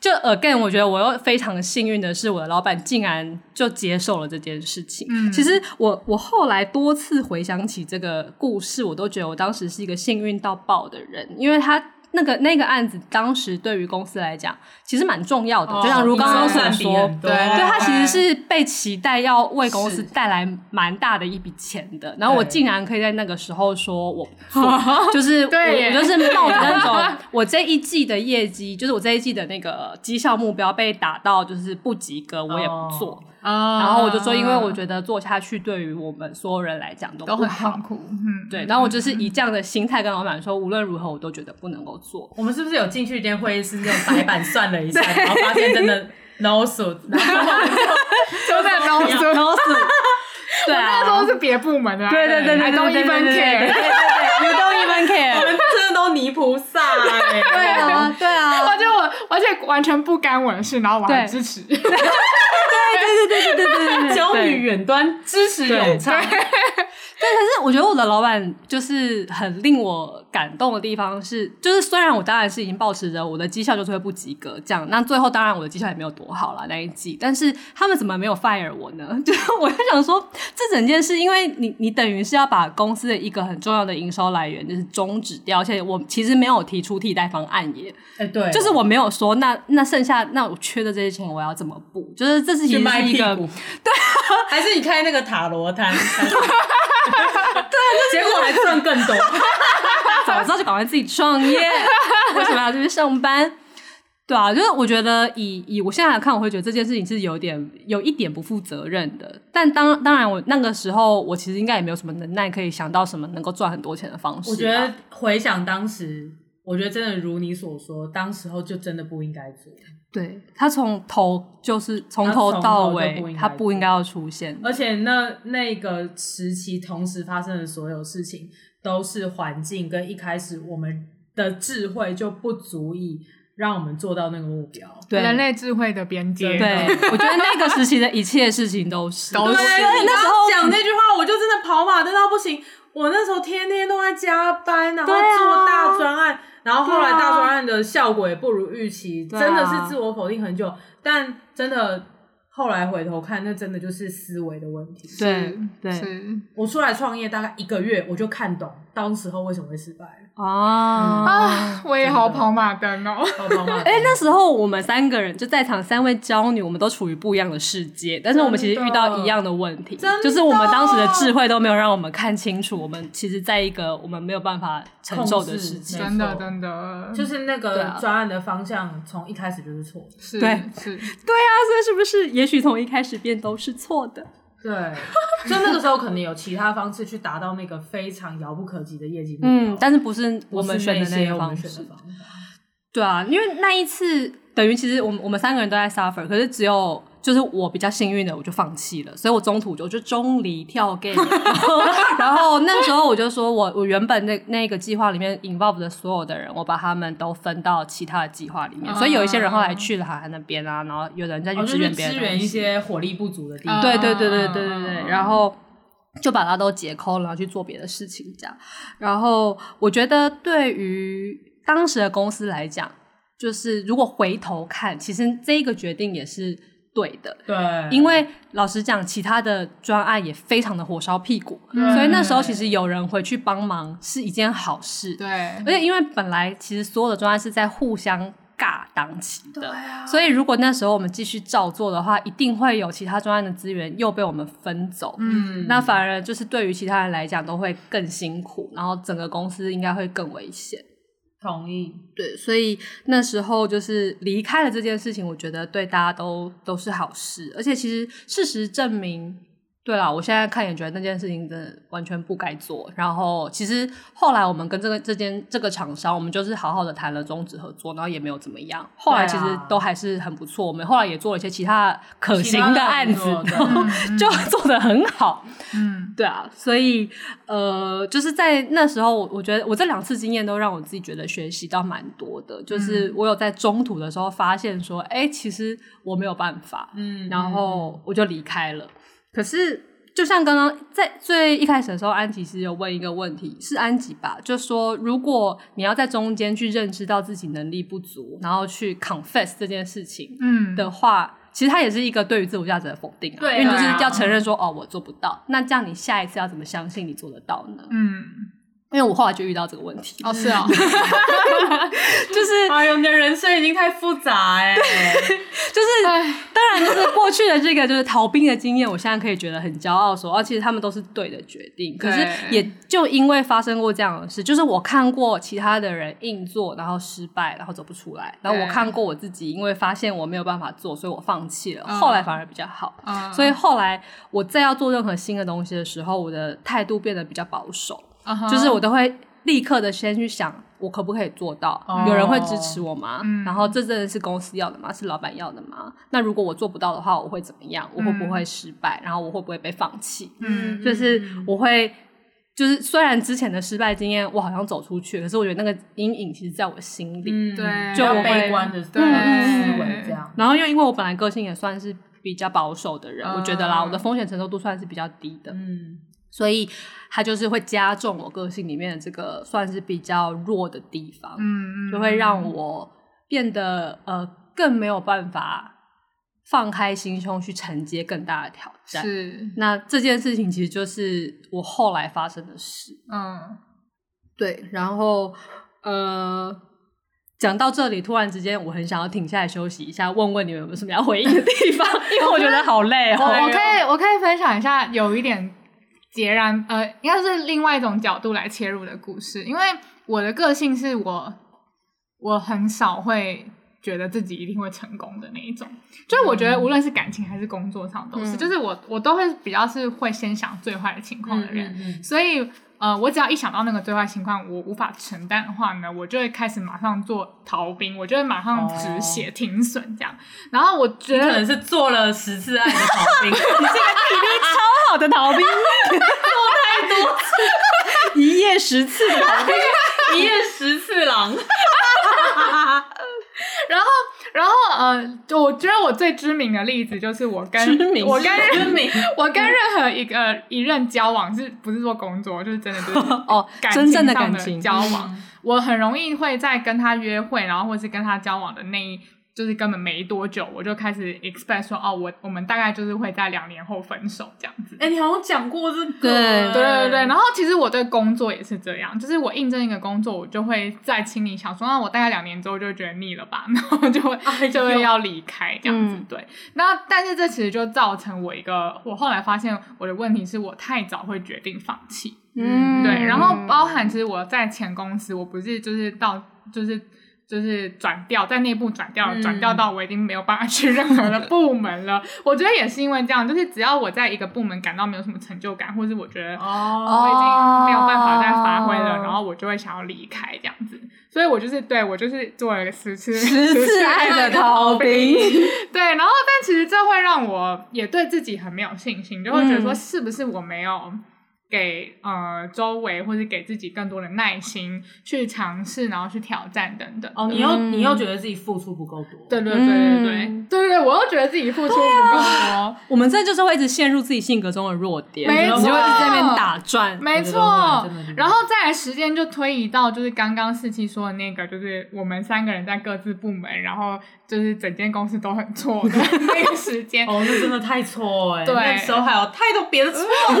就 again，我觉得我又非常幸运的是，我的老板竟然就接受了这件事情。
嗯
其实我我后来多次回想起这个故事，我都觉得我当时是一个幸运到爆的人，因为他。那个那个案子当时对于公司来讲其实蛮重要的，就像如刚刚所
哦算比
哦说，
很多
对
对他
对
其实是被期待要为公司
是
带来蛮大的一笔钱的，然后我
对
竟然可以在那个时候说我 不做，就是我
对耶
我就是冒着那种我这一季的业绩，就是我这一季的那个绩效目标被打到就是不及格，我也不做。
啊
然后我就说，因为我觉得做下去对于我们所有人来讲都
都
不
很
好
痛。苦，嗯，
对，然后我 就是以这样的心态跟老板说，无论如何我都觉得不能够做。
我们是不是有进去一间会议室，用白板算了一 下，然后发现真的 no suit，然后我们就
都在高中，
对
那时
啊，
候是别部门的啊，
对对对对
还
对
都一
对对对
分
对对
care。
对，You don't even care。
真的都泥菩萨哎、
对啊，对啊，
而且我，而且完全不干我的事，然后我还
对
支持，
对对对 对对，
教
对
育远端支持永昌，
但是我觉得我的老板就是很令我感动的地方是，就是虽然我当然是已经保持着我的绩效就是会不及格这样，那最后当然我的绩效也没有多好啦那一季，但是他们怎么没有 fire 我呢？就是我就想说，这整件事，因为你你等于是要把公司的一个很重要的营收来源就是终止掉，而且我其实没有提出替代方案耶，
哎、对，
就是我没有说那那剩下那我缺的这些钱我要怎么补，就是这是其
去
实
卖
是一
屁
个啊
股，对，还是你开那个塔罗摊，对，结果还赚更 多，
啊早知道就赶快自己创业， 为什么要这边上班？对啊，就是我觉得以以我现在来看，我会觉得这件事情是有点有一点不负责任的。但当当然我，那个时候我其实应该也没有什么能耐可以想到什么能够赚很多钱的方式吧。
我觉得回想当时，我觉得真的如你所说，当时候就真的不应该做，
对他从头就是从
他
头
从
到
头就不
尾
应，该
他不应该要出现。
而且那那个时期同时发生的所有事情，都是环境跟一开始我们的智慧就不足以让我们做到那个目标。
对
人类智慧的边界。
对，我觉得那个时期的一切事情都是
都
对，
是
你刚刚讲那句话，我就真的跑马灯到不行。我那时候天天都在加班，然后
对啊
做大专案，然后后来
对啊
大专案的效果也不如预期，
对啊
真的是自我否定很久，但真的后来回头看，那真的就是思维的问题。
对对
嗯是
我出来创业大概一个月，我就看懂当时候为什么会失败了。
哦啊。
啊，我也好跑马灯哦。
好棒棒！
哎、那时候我们三个人就在场三位娇女，我们都处于不一样的世界，但是我们其实遇到一样的问题
真的，
就是我们当时的智慧都没有让我们看清楚，我们其实在一个我们没有办法承受的事情。
控
真
制
的
没错
真的
就是那
对
个
啊
专案的方向从一开始就是错的。
是
对
是
那所以是不是也许从一开始便都是错的？
对，所以那个时候可能有其他方式去达到那个非常遥不可及的业绩目标。
嗯，但是不是
不
我
是
们选的
那
那
些
个
我
方
们选
式
的？方法。
对啊，因为那一次等于其实我们我们三个人都在 suffer，可是只有就是我比较幸运的，我就放弃了，所以我中途我就中离跳 game，然后 然后那时候我就说我我原本那那个计划里面 involve 的所有的人，我把他们都分到其他的计划里面，所以有一些人后来去了海涵那边啊，然后有人再去
啊哦，
支
就是
援别
支
人、
援一。些火力不足的地
嗯
方。
对对对对对对
嗯嗯嗯
对，然后就把它都解扣，然后去做别的事情，这样。然后我觉得对于当时的公司来讲，就是如果回头看，其实这一个决定也是对的。
对，
因为老实讲，其他的专案也非常的火烧屁股，
对
所以那时候其实有人回去帮忙是一件好事。
对
而且因为本来其实所有的专案是在互相尬档期的，所以如果那时候我们继续照做的话，一定会有其他专案的资源又被我们分走。
嗯
那反而就是对于其他人来讲都会更辛苦，然后整个公司应该会更危险。
同意。
对，所以那时候就是离开了这件事情，我觉得对大家都都是好事。而且其实事实证明，对啦，我现在看也觉得那件事情真的完全不该做。然后其实后来我们跟这个这间这个厂商，我们就是好好的谈了终止合作，然后也没有怎么样。后来其实
对啊
都还是很不错，我们后来也做了一些其他可行的案子
其他的合，作
然后 就做的很好。
嗯
对啊，所以呃，就是在那时候，我我觉得我这两次经验都让我自己觉得学习到蛮多的。
嗯
就是我有在中途的时候发现说，哎、其实我没有办法，
嗯
然后我就离开了。可是就像刚刚在最一开始的时候，安吉其实有问一个问题，是安吉吧？就说如果你要在中间去认识到自己能力不足，然后去 confess 这件事情，
嗯
的话，其实它也是一个对于自我价值的否定啊，
对啊
因为你就是要承认说哦，我做不到。那这样你下一次要怎么相信你做得到呢？
嗯
因为我后来就遇到这个问题，
哦是哦
就 是
哎呦，你的人生已经太复杂哎、
就是，当然就是过去的这个就是逃兵的经验，我现在可以觉得很骄傲说，哦，其实他们都是对的决定。可是
对
也就因为发生过这样的事，就是我看过其他的人硬做，然后失败，然后走不出来，然后我
对
看过我自己，因为发现我没有办法做，所以我放弃了，
嗯
后来反而比较好。
嗯
所以后来我再要做任何新的东西的时候，我的态度变得比较保守，
嗯哼
就是我都会立刻的先去想我可不可以做到，
哦
有人会支持我吗？
嗯
然后这真的是公司要的吗？是老板要的吗？那如果我做不到的话，我会怎么样？我会不会失败？然后我会不会被放弃？
嗯
就是我会。就是虽然之前的失败经验我好像走出去，可是我觉得那个阴影其实在我心里。
嗯
对
就
就
悲
会
观的思
对
维这样。
然后又因为我本来个性也算是比较保守的人，我觉得啦，
嗯
我的风险承受度算是比较低的，
嗯，
所以它就是会加重我个性里面的这个算是比较弱的地方，
嗯嗯
就会让我变得呃更没有办法放开心胸去承接更大的挑战。
是
那这件事情其实就是我后来发生的事。
嗯
对，然后呃，讲到这里，突然之间我很想要停下来休息一下，问问你们有没有什么要回应的地方，因为我觉得好累
我
哦。
我可以我可以分享一下有一点截然呃，应该是另外一种角度来切入的故事，因为我的个性是我我很少会觉得自己一定会成功的那一种，就是我觉得无论是感情还是工作上都是，
嗯
就是我我都会比较是会先想最坏的情况的人，
嗯
所以呃，我只要一想到那个最坏情况，我无法承担的话呢，我就会开始马上做逃兵，我就会马上
哦
止血、停损这样。然后我觉
你可能
得
是做了十次爱的逃兵， 你这个
超好的逃兵，
一夜十次的逃兵，
一夜十次狼。
然后，然后呃，我觉得我最知名的例子就是我跟
知名
我跟
知名
我跟任何一个一任交往是不是说工作，就是真的就是
哦
感
真正的
上
感情嗯
的交往，我很容易会在跟他约会，然后或是跟他交往的那一。就是根本没多久，我就开始 expect 说，哦，我我们大概就是会在两年后分手这样子。
哎、你好像讲过这个，哎
对
对
对
嗯
对，然后其实我对工作也是这样，就是我应征一个工作，我就会在心里想说，那我大概两年之后就会觉得腻了吧， 然后就会、
哎呦
就会要离开这样子。
嗯
对，那但是这其实就造成我一个，我后来发现我的问题是我太早会决定放弃，
嗯
对，然后包含其实我在前公司，我不是就是到就是。就是转调，在内部转调，
嗯
转调到我已经没有办法去任何的部门了。我觉得也是因为这样，就是只要我在一个部门感到没有什么成就感，或是我觉得
哦，
我已经没有办法再发挥了，
哦
然后我就会想要离开这样子，所以我就是对我就是做了一个十次
十次爱的逃兵，
对，然后但其实这会让我也对自己很没有信心，就会觉得说
嗯
是不是我没有给呃周围或是给自己更多的耐心去尝试，然后去挑战等等。
哦，你又你又觉得自己付出不够多，
对对对对对、
嗯啊
对对对，我又觉得自己付出不够多，
我们这就是会一直陷入自己性格中的弱点，
没
你就会一直在那边
错
打转。
没
我
错
觉得会真的真的。
然后再来时间就推移到就是刚刚四七说的那个，就是我们三个人在各自部门，然后就是整间公司都很错的那个时间。
哦，那真的太错哎、
对
那时候还有太多别的错哦了，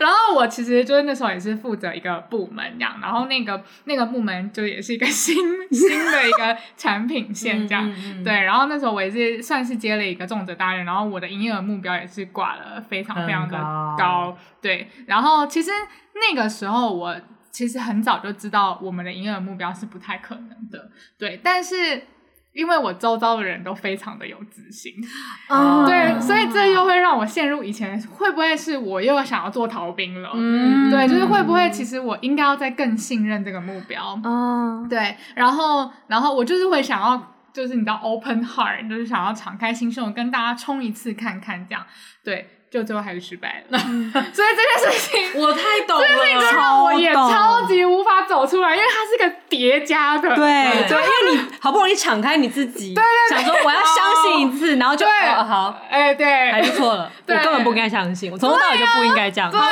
然后我其实就是那时候也是负责一个部门这样，然后那个那个部门就也是一个新新的一个产品线这样。
嗯，
对，然后那时候我也是算是接了一个重责大任，然后我的营业额目标也是挂了非常
很
非常的
高
高，对。然后其实那个时候我其实很早就知道我们的营业额目标是不太可能的，对。但是因为我周遭的人都非常的有自信，
哦
对，所以这又会让我陷入以前会不会是我又想要做逃兵了？
嗯
对，就是会不会其实我应该要再更信任这个目标？
嗯，
对，然后然后我就是会想要，就是你知道 open heart，就是想要敞开心胸跟大家冲一次看看这样，对，就最后还是失败了，
嗯
所以这件事情。
我太懂了，
让我也
超懂
超级无法走出来，因为它是个叠加的，
对，
对
就因为你好不容易敞开你自己，想说我要相信一次，然后就
对
哦好，
哎、对，
还是错了，我
对
根本不该相信，我从头到尾就不应该这样
对。啊，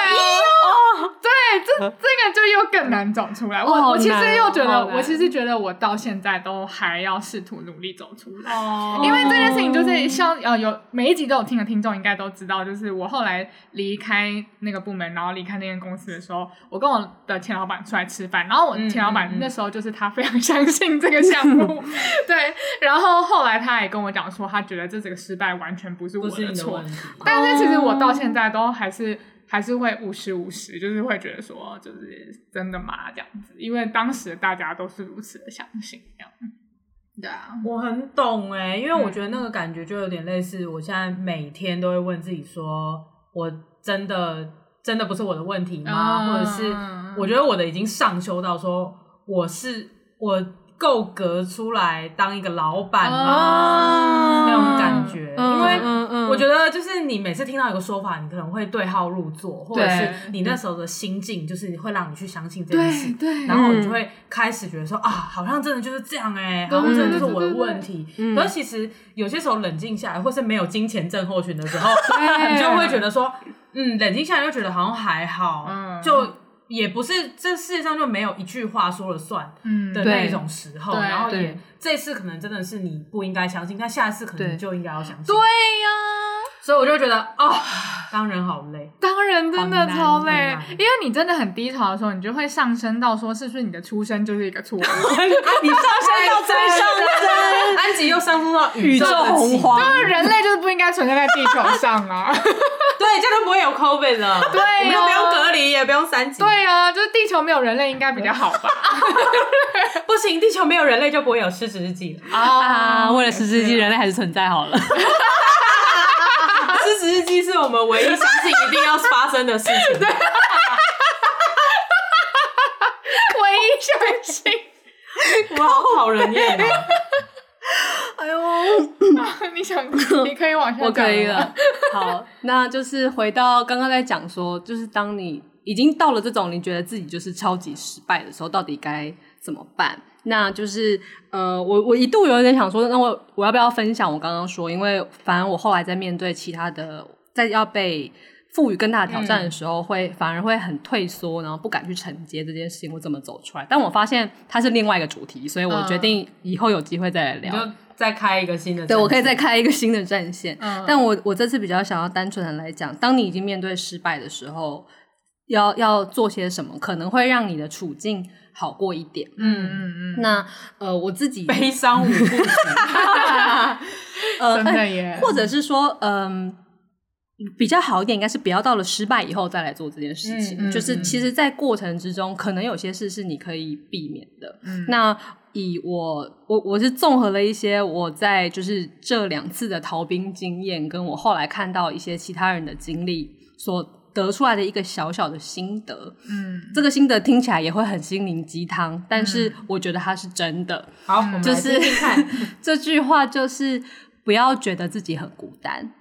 对，这这个就又更难走出来。
哦
我我其
嗯好难
实又觉
好
得，
难
我其实觉得我到现在都还要试图努力走出来。
哦
因为这件事情就是像呃有每一集都有听的听众应该都知道，就是我后来离开那个部门，然后离开那间公司的时候，我跟我的前老板出来吃饭，然后我
嗯
前老板
嗯嗯
那时候就是他非常相信这个项目， 对，然后后来他也跟我讲说，他觉得这这个失败完全不是我
不是你的
错
问，题，
但是其实我到现在都还是还是会五十五十，就是会觉得说，就是真的吗？这样子，因为当时大家都是如此的相信，这样。对啊，
我很懂哎、因为我
嗯
觉得那个感觉就有点类似，我现在每天都会问自己说，我真的真的不是我的问题吗？
嗯
或者是我觉得我的已经上修到说，我是我够格出来当一个老板
啊
吗？
哦
那种感觉，因为。
嗯嗯
我觉得就是你每次听到一个说法，你可能会对号入座，或者
对
是你那时候的心境，就是会让你去相信这件事
对。 对，
然后你就会开始觉得说、啊，好像真的就是这样哎、
对
好像真
对
的就是
对
我的
对对
问题。
嗯
可是其实有些时候冷静下来，或是没有金钱症候群的时候，
对
你就会觉得说，嗯，冷静下来就觉得好像还好，
嗯
就也不是这世界上就没有一句话说了算
嗯，
的
对
那一种时候。
对
然后也
对
这次可能真的是你不应该相信，但下一次可能
对
你就应该要相信。
呀，
所以我就觉得哦，当人好累。
当然真的超
好
累
难，很难
因为你真的很低潮的时候，你就会上升到说，是不是你的出生就是一个错 误？
你上升到最上升，
安吉又上升到宇
宇宙
的
洪
起
荒，
就是人类就是不应该存在在地球上啊！
对，这样就不会有 COVID 了。
对
我们就
哦
不用隔离，也不用三级。
对啊，就是地球没有人类应该比较好 吧？
不行，地球没有人类就不会有失职日记了。
啊，为了十世纪，人类还是存在好了。啊
失职日记是我们唯一相信一定要发生的事 情。
唯一相信。
我们好讨人 厌哦。
啊你想，你可以往下讲吗 啊
我可以了。好，那就是回到刚刚在讲说，就是当你已经到了这种你觉得自己就是超级失败的时候，到底该怎么办？那就是呃，我我一度有点想说，那我我要不要分享我刚刚说？因为反正我后来在面对其他的，在要被赋予更大的挑战的时候，会反而会很退缩，然后不敢去承接这件事情，我怎么走出来？但我发现它是另外一个主题，所以我决定以后有机会再来
你
聊。
就再开一个新的，
对，我可以再，开一个新的战线。
嗯
但我我这次比较想要单纯的来讲，当你已经面对失败的时候，要要做些什么，可能会让你的处境好过一点。
嗯，
嗯嗯，
那呃，我自己
悲伤舞步 曲，
呃，
真的
哎
耶
或者是说，嗯、比较好一点，应该是不要到了失败以后再来做这件事情。
嗯
嗯
就是
嗯
其实，在过程之中，可能有些事是你可以避免的。
嗯
那以我我我是综合了一些我在就是这两次的逃兵经验，跟我后来看到一些其他人的经历所得出来的一个小小的心得。
嗯
这个心得听起来也会很心灵鸡汤，但是我觉得它是真的。
好，我们
就
来
是
听听看，
这句话就是不要觉得自己很孤单，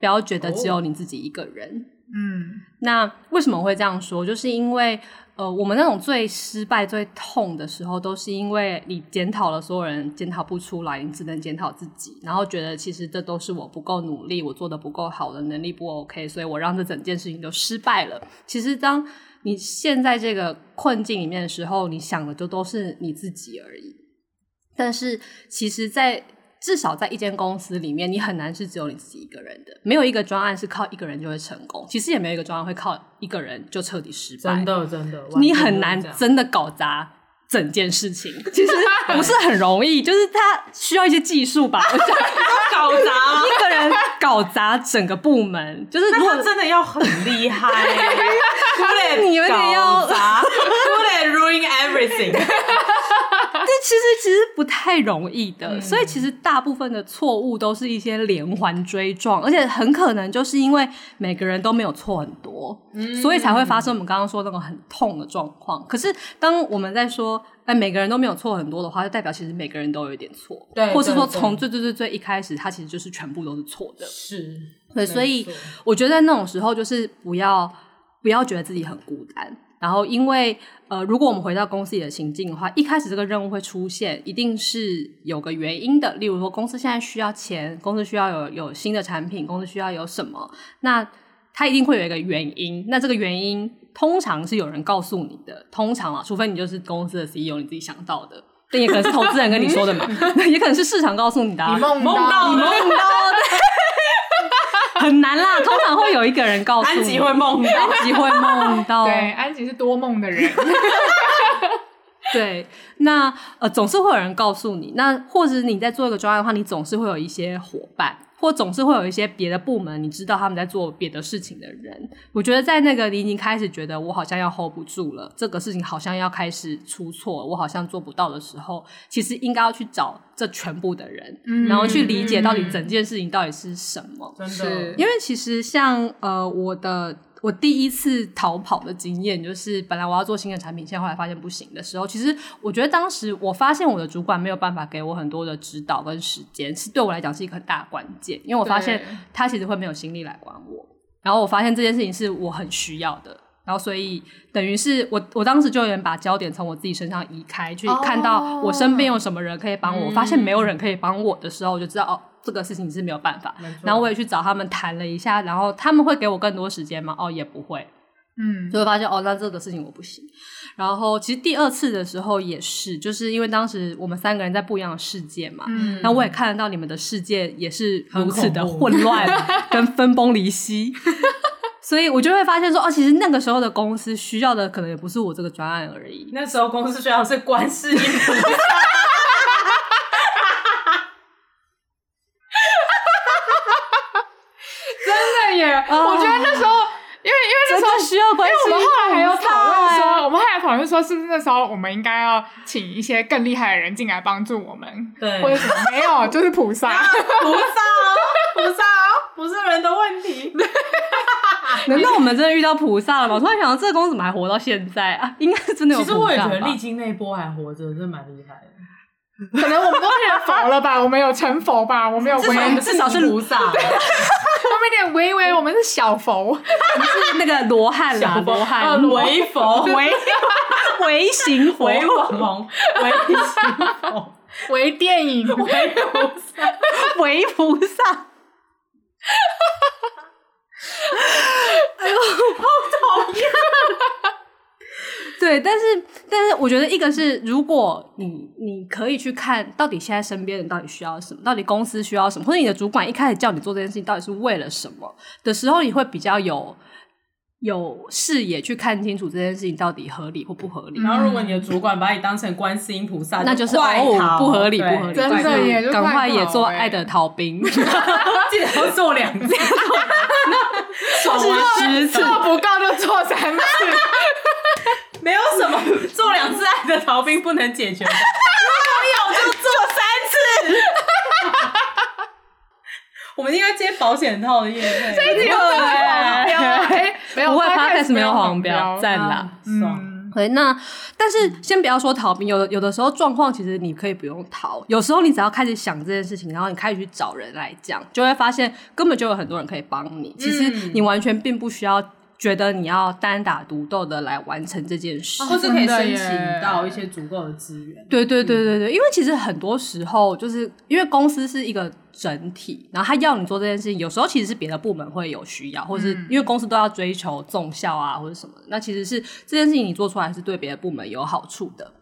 不要觉得只有你自己一个人。
嗯
那为什么会这样说？就是因为呃，我们那种最失败、最痛的时候，都是因为你检讨了所有人，检讨不出来，你只能检讨自己，然后觉得其实这都是我不够努力，我做的不够好，我的能力不 OK，所以我让这整件事情都失败了。其实当你陷在这个困境里面的时候，你想的就都是你自己而已。但是其实在，至少在一间公司里面，你很难是只有你自己一个人的，没有一个专案是靠一个人就会成功。其实也没有一个专案会靠一个人就彻底失败，
真的真的，
你
完全就
很
是
难
这样
真的搞砸整件 事情。其实不是很容易，就是它需要一些技术吧。我想
搞砸吗？
一个人搞砸整个部门，就是 如
那
果
他真的要很厉 害、欸，
能你有点要
砸，Could ruin everything？
这其实其实不太容易的，
嗯
所以其实大部分的错误都是一些连环追撞，而且很可能就是因为每个人都没有错很多，
嗯
所以才会发生我们刚刚说那种很痛的状况。可是当我们在说哎每个人都没有错很多的话，就代表其实每个人都有一点错，
对
或是说
对对
从最最最最一开始，他其实就是全部都是错的。
是，
对，所以我觉得那种时候就是不要不要觉得自己很孤单。然后，因为呃，如果我们回到公司里的情境的话，一开始这个任务会出现，一定是有个原因的。例如说，公司现在需要钱，公司需要有有新的产品，公司需要有什么，那它一定会有一个原因。那这个原因通常是有人告诉你的，通常啊，除非你就是公司的 CEO 你自己想到的，但也可能是投资人跟你说的嘛， 也可能是市场告诉你的、啊。
梦
梦到
你梦
了
到的， 很难啦。通常会有一个人告诉你
安吉会，梦到，
安吉会梦到。
对，安吉是多梦的 人，
对那呃，总是会有人告诉你。那或者你在做一个专案的话，你总是会有一些伙伴，或总是会有一些别的部门，你知道他们在做别的事情的人。我觉得在那个你已经开始觉得我好像要 hold 不住了，这个事情好像要开始出错，我好像做不到的时候，其实应该要去找这全部的人，
嗯
然后去理解到底整件事情到底是什么。
真
是
的，
因为其实像呃我的我第一次逃跑的经验，就是本来我要做新的产品线，后来发现不行的时候，其实我觉得当时我发现我的主管没有办法给我很多的指导跟时间，是对我来讲是一个很大的关键，因为我发现
对
他其实会没有心力来管我，然后我发现这件事情是我很需要的。然后，所以等于是我，我当时就有点把焦点从我自己身上移开，去
哦
看到我身边有什么人可以帮我。我发现没有人可以帮我的时候，我就知道哦，这个事情是没有办法。
嗯
然后我也去找他们谈了一下，然后他们会给我更多时间吗？哦，也不会，
嗯
就会发现哦，那这个事情我不行。然后其实第二次的时候也是，就是因为当时我们三个人在不一样的世界嘛，
嗯
那我也看得到你们的世界也是如此的
很恐怖
混乱 跟分崩离析。所以我就会发现说，哦，其实那个时候的公司需要的可能也不是我这个专案而已，
那时候公司需要是观世音菩萨。
真的耶！
哦
我觉得那时候，因为因为那
真
时
的
候
需要关
因为我
心。
们后来还有讨论
哎
说，我们后来讨论说，是不是那时候我们应该要请一些更厉害的人进来帮助我们，
对
或者什么没有，就是菩萨。
菩萨哦，菩萨哦，不是人的问题。
难道我们真的遇到菩萨了吗？我突然想到，这个公司怎么还活到现在啊？应该是真的有
其
菩
实
萨吧。
我也觉得历经那一波还活着，真的蛮厉害的。
可能我们都变佛了吧，我们有成佛吧，我们有
至
为，
少
我
我们
们
至少是菩 萨，
有点微微，我们是小佛，
是那个罗汉啦，罗汉
为啊佛
为为形佛
为我蒙为行 佛
微电影，
为菩萨。
为菩萨。 哎 对，但是但是，我觉得一个是，如果你你可以去看到底现在身边人到底需要什么，到底公司需要什么，或者你的主管一开始叫你做这件事情到底是为了什么的时候，你会比较有有视野去看清楚这件事情到底合理或不合理。
然后，如果你的主管把你当成观世音菩萨，
嗯那就是
怪
哦
他，
不合理，不
啊对
合理，
真的
怪
耶就
赶
怪
快
他
也做
欸
爱的逃兵，
记得要做两次，手
啊
完十次，
做不够就做三次，
没有什么做两次爱的逃兵不能解决的，如果有就做三次。 我们应该接保险套的业配，这
一直有这个黄标啊，哎，没有，
不会
podcast
podcast 没有黄
标，
标，赞啦。
爽。
嗯，
对，那但是先不要说逃兵，有的有的时候状况其实你可以不用逃，有时候你只要开始想这件事情，然后你开始去找人来讲，就会发现根本就有很多人可以帮你。其实你完全并不需要觉得你要单打独斗的来完成这件事。
哦或是可以申
真的耶
请到一些足够的资源，
对对
嗯
对对对，因为其实很多时候就是因为公司是一个整体，然后他要你做这件事情，有时候其实是别的部门会有需要，或是
嗯
因为公司都要追求纵效啊或者什么的，那其实是这件事情你做出来是对别的部门有好处的。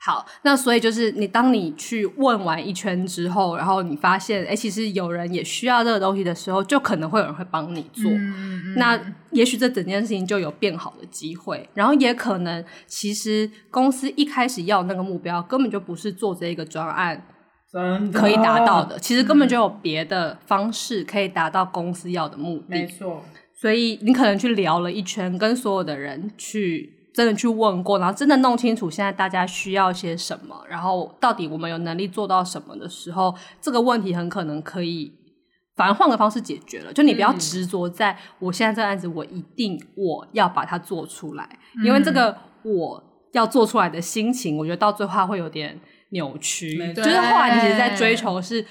好，那所以就是你当你去问完一圈之后，然后你发现，哎、其实有人也需要这个东西的时候，就可能会有人会帮你做。
嗯
那也许这整件事情就有变好的机会，然后也可能其实公司一开始要的那个目标根本就不是做这一个专案
真
可以达到，的，其实根本就有别的方式可以达到公司要的目
没
的。
错。
所以你可能去聊了一圈，跟所有的人去真的去问过，然后真的弄清楚现在大家需要些什么，然后到底我们有能力做到什么的时候，这个问题很可能可以。反而换个方式解决了，就你不要
嗯
执着在我现在这个案子，我一定我要把它做出来，因为这
嗯
个我要做出来的心情，我觉得到最后它会有点扭曲
没，
就是后来你其实在
对
追求是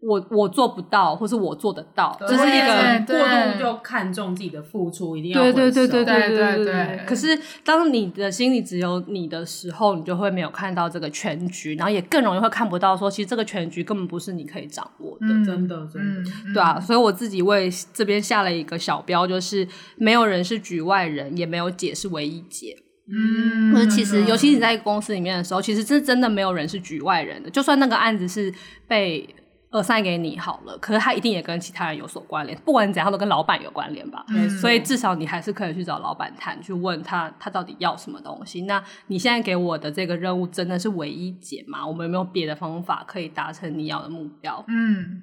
我我做不到，或是我做得到，这是一个
对
过度就看重自己的付出，一定要
对对对
回收
对
对对
对
对
可是当你的心里只有你的时候，你就会没有看到这个全局，然后也更容易会看不到说，其实这个全局根本不是你可以掌握的。
嗯
真的真的，
嗯
对啊，所以我自己为这边下了一个小标，就是没有人是局外人，也没有姐是唯一姐。
嗯
就是其实，
真的
尤其你在一个公司里面的时候，其实是真的没有人是局外人的。就算那个案子是被呃塞给你好了，可是他一定也跟其他人有所关联，不管怎样他都跟老板有关联吧。
没错
嗯所以至少你还是可以去找老板谈，去问他他到底要什么东西。那你现在给我的这个任务真的是唯一解吗？我们有没有别的方法可以达成你要的目标？
嗯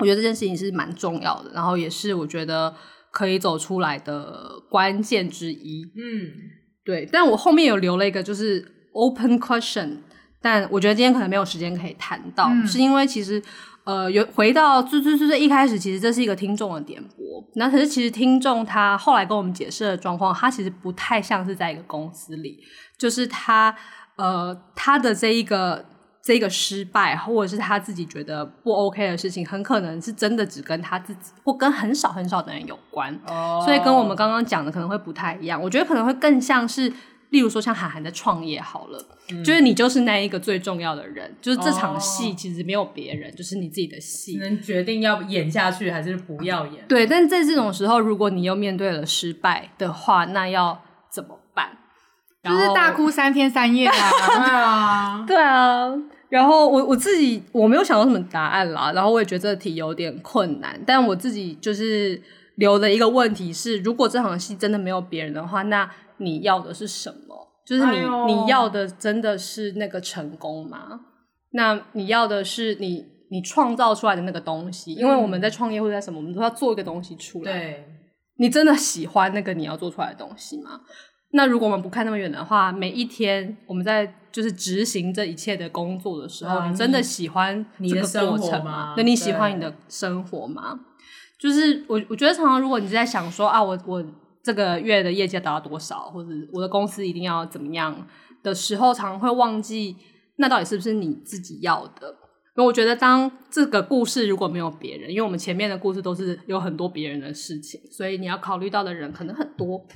我觉得这件事情是蛮重要的，然后也是我觉得可以走出来的关键之一。
嗯，
对，但我后面有留了一个就是 open question，但我觉得今天可能没有时间可以谈到，
嗯
是因为其实呃有回到最最最最一开始，其实这是一个听众的点播，那可是其实听众他后来跟我们解释的状况，他其实不太像是在一个公司里，就是他呃他的这一个。这一个失败，或者是他自己觉得不 OK 的事情，很可能是真的只跟他自己，或跟很少很少的人有关。
哦
所以跟我们刚刚讲的可能会不太一样。我觉得可能会更像是，例如说像韩寒的创业好了，就是你就是那一个最重要的人，就是这场戏
嗯哦
其实没有别人，就是你自己的戏
只。能决定要演下去还是不要演。
对，但在这种时候，如果你又面对了失败的话，那要怎么办？然
就
后
是大哭三天三夜啊，
对啊，
对啊，然后我我自己我没有想到什么答案啦，然后我也觉得这题有点困难，但我自己就是留的一个问题是，如果这场戏真的没有别人的话，那你要的是什么？就是你、
哎呦
你要的真的是那个成功吗？那你要的是你你创造出来的那个东西，因为我们在创业或者在什么，我们都要做一个东西出来。
对，
你真的喜欢那个你要做出来的东西吗？那如果我们不看那么远的话，每一天我们在就是执行这一切的工作的时候，
啊
你真的喜欢
你
这
你
个
的生活
过程
吗
对，你喜欢
对
你的生活吗？就是我我觉得常常如果你在想说啊，我我这个月的业绩要达到多少，或者我的公司一定要怎么样的时候，常常会忘记那到底是不是你自己要的？因为我觉得，当这个故事如果没有别人，因为我们前面的故事都是有很多别人的事情，所以你要考虑到的人可能很多。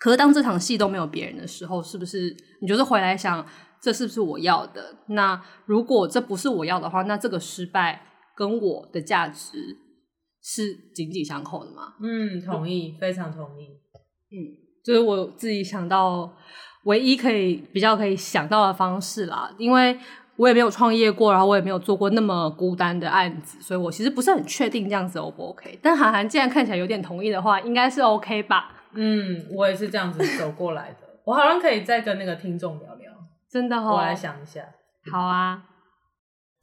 可是当这场戏都没有别人的时候，是不是你就是回来想，这是不是我要的？那如果这不是我要的话，那这个失败跟我的价值是紧紧相扣的吗？
嗯，同意，非常同意。
就是我自己想到唯一可以比较可以想到的方式啦，因为我也没有创业过，然后我也没有做过那么孤单的案子，所以我其实不是很确定这样子 O 不 OK。但韩寒既然看起来有点同意的话，应该是 OK 吧？
嗯，我也是这样子走过来的。我好像可以再跟那个听众聊聊，
真的哈、哦
我来，想一下。
好啊，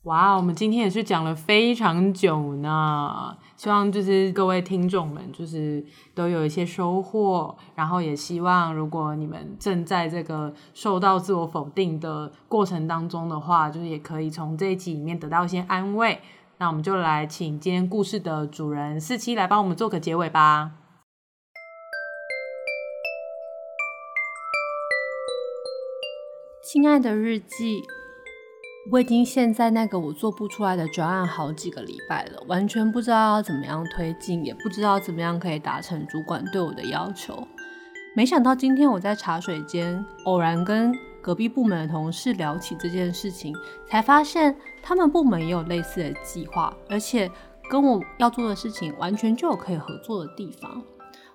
哇，我们今天也是讲了非常久呢，希望就是各位听众们就是都有一些收获，然后也希望如果你们正在这个受到自我否定的过程当中的话，就是也可以从这一集里面得到一些安慰。那我们就来请今天故事的主人四七来帮我们做个结尾吧。
亲爱的日记，我已经陷在那个我做不出来的专案好几个礼拜了，完全不知道要怎么样推进，也不知道怎么样可以达成主管对我的要求。没想到今天我在茶水间偶然跟隔壁部门的同事聊起这件事情，才发现他们部门也有类似的计划，而且跟我要做的事情完全就有可以合作的地方。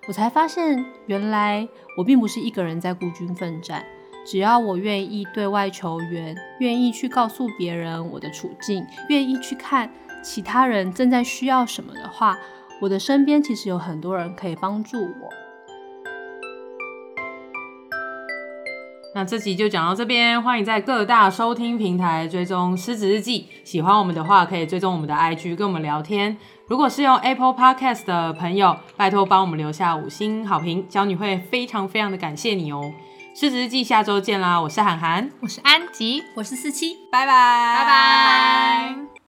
我才发现，原来我并不是一个人在孤军奋战，只要我愿意对外求援，愿意去告诉别人我的处境，愿意去看其他人正在需要什么的话，我的身边其实有很多人可以帮助我。
那这集就讲到这边，欢迎在各大收听平台追踪《狮子日记》。喜欢我们的话，可以追踪我们的 IG 跟我们聊天。如果是用 Apple Podcast 的朋友，拜托帮我们留下五星好评，小女会非常非常的感谢你哦。《狮子日记》下周见啦！我是涵涵，
我是安吉，
我是四七。
拜拜，拜
拜拜。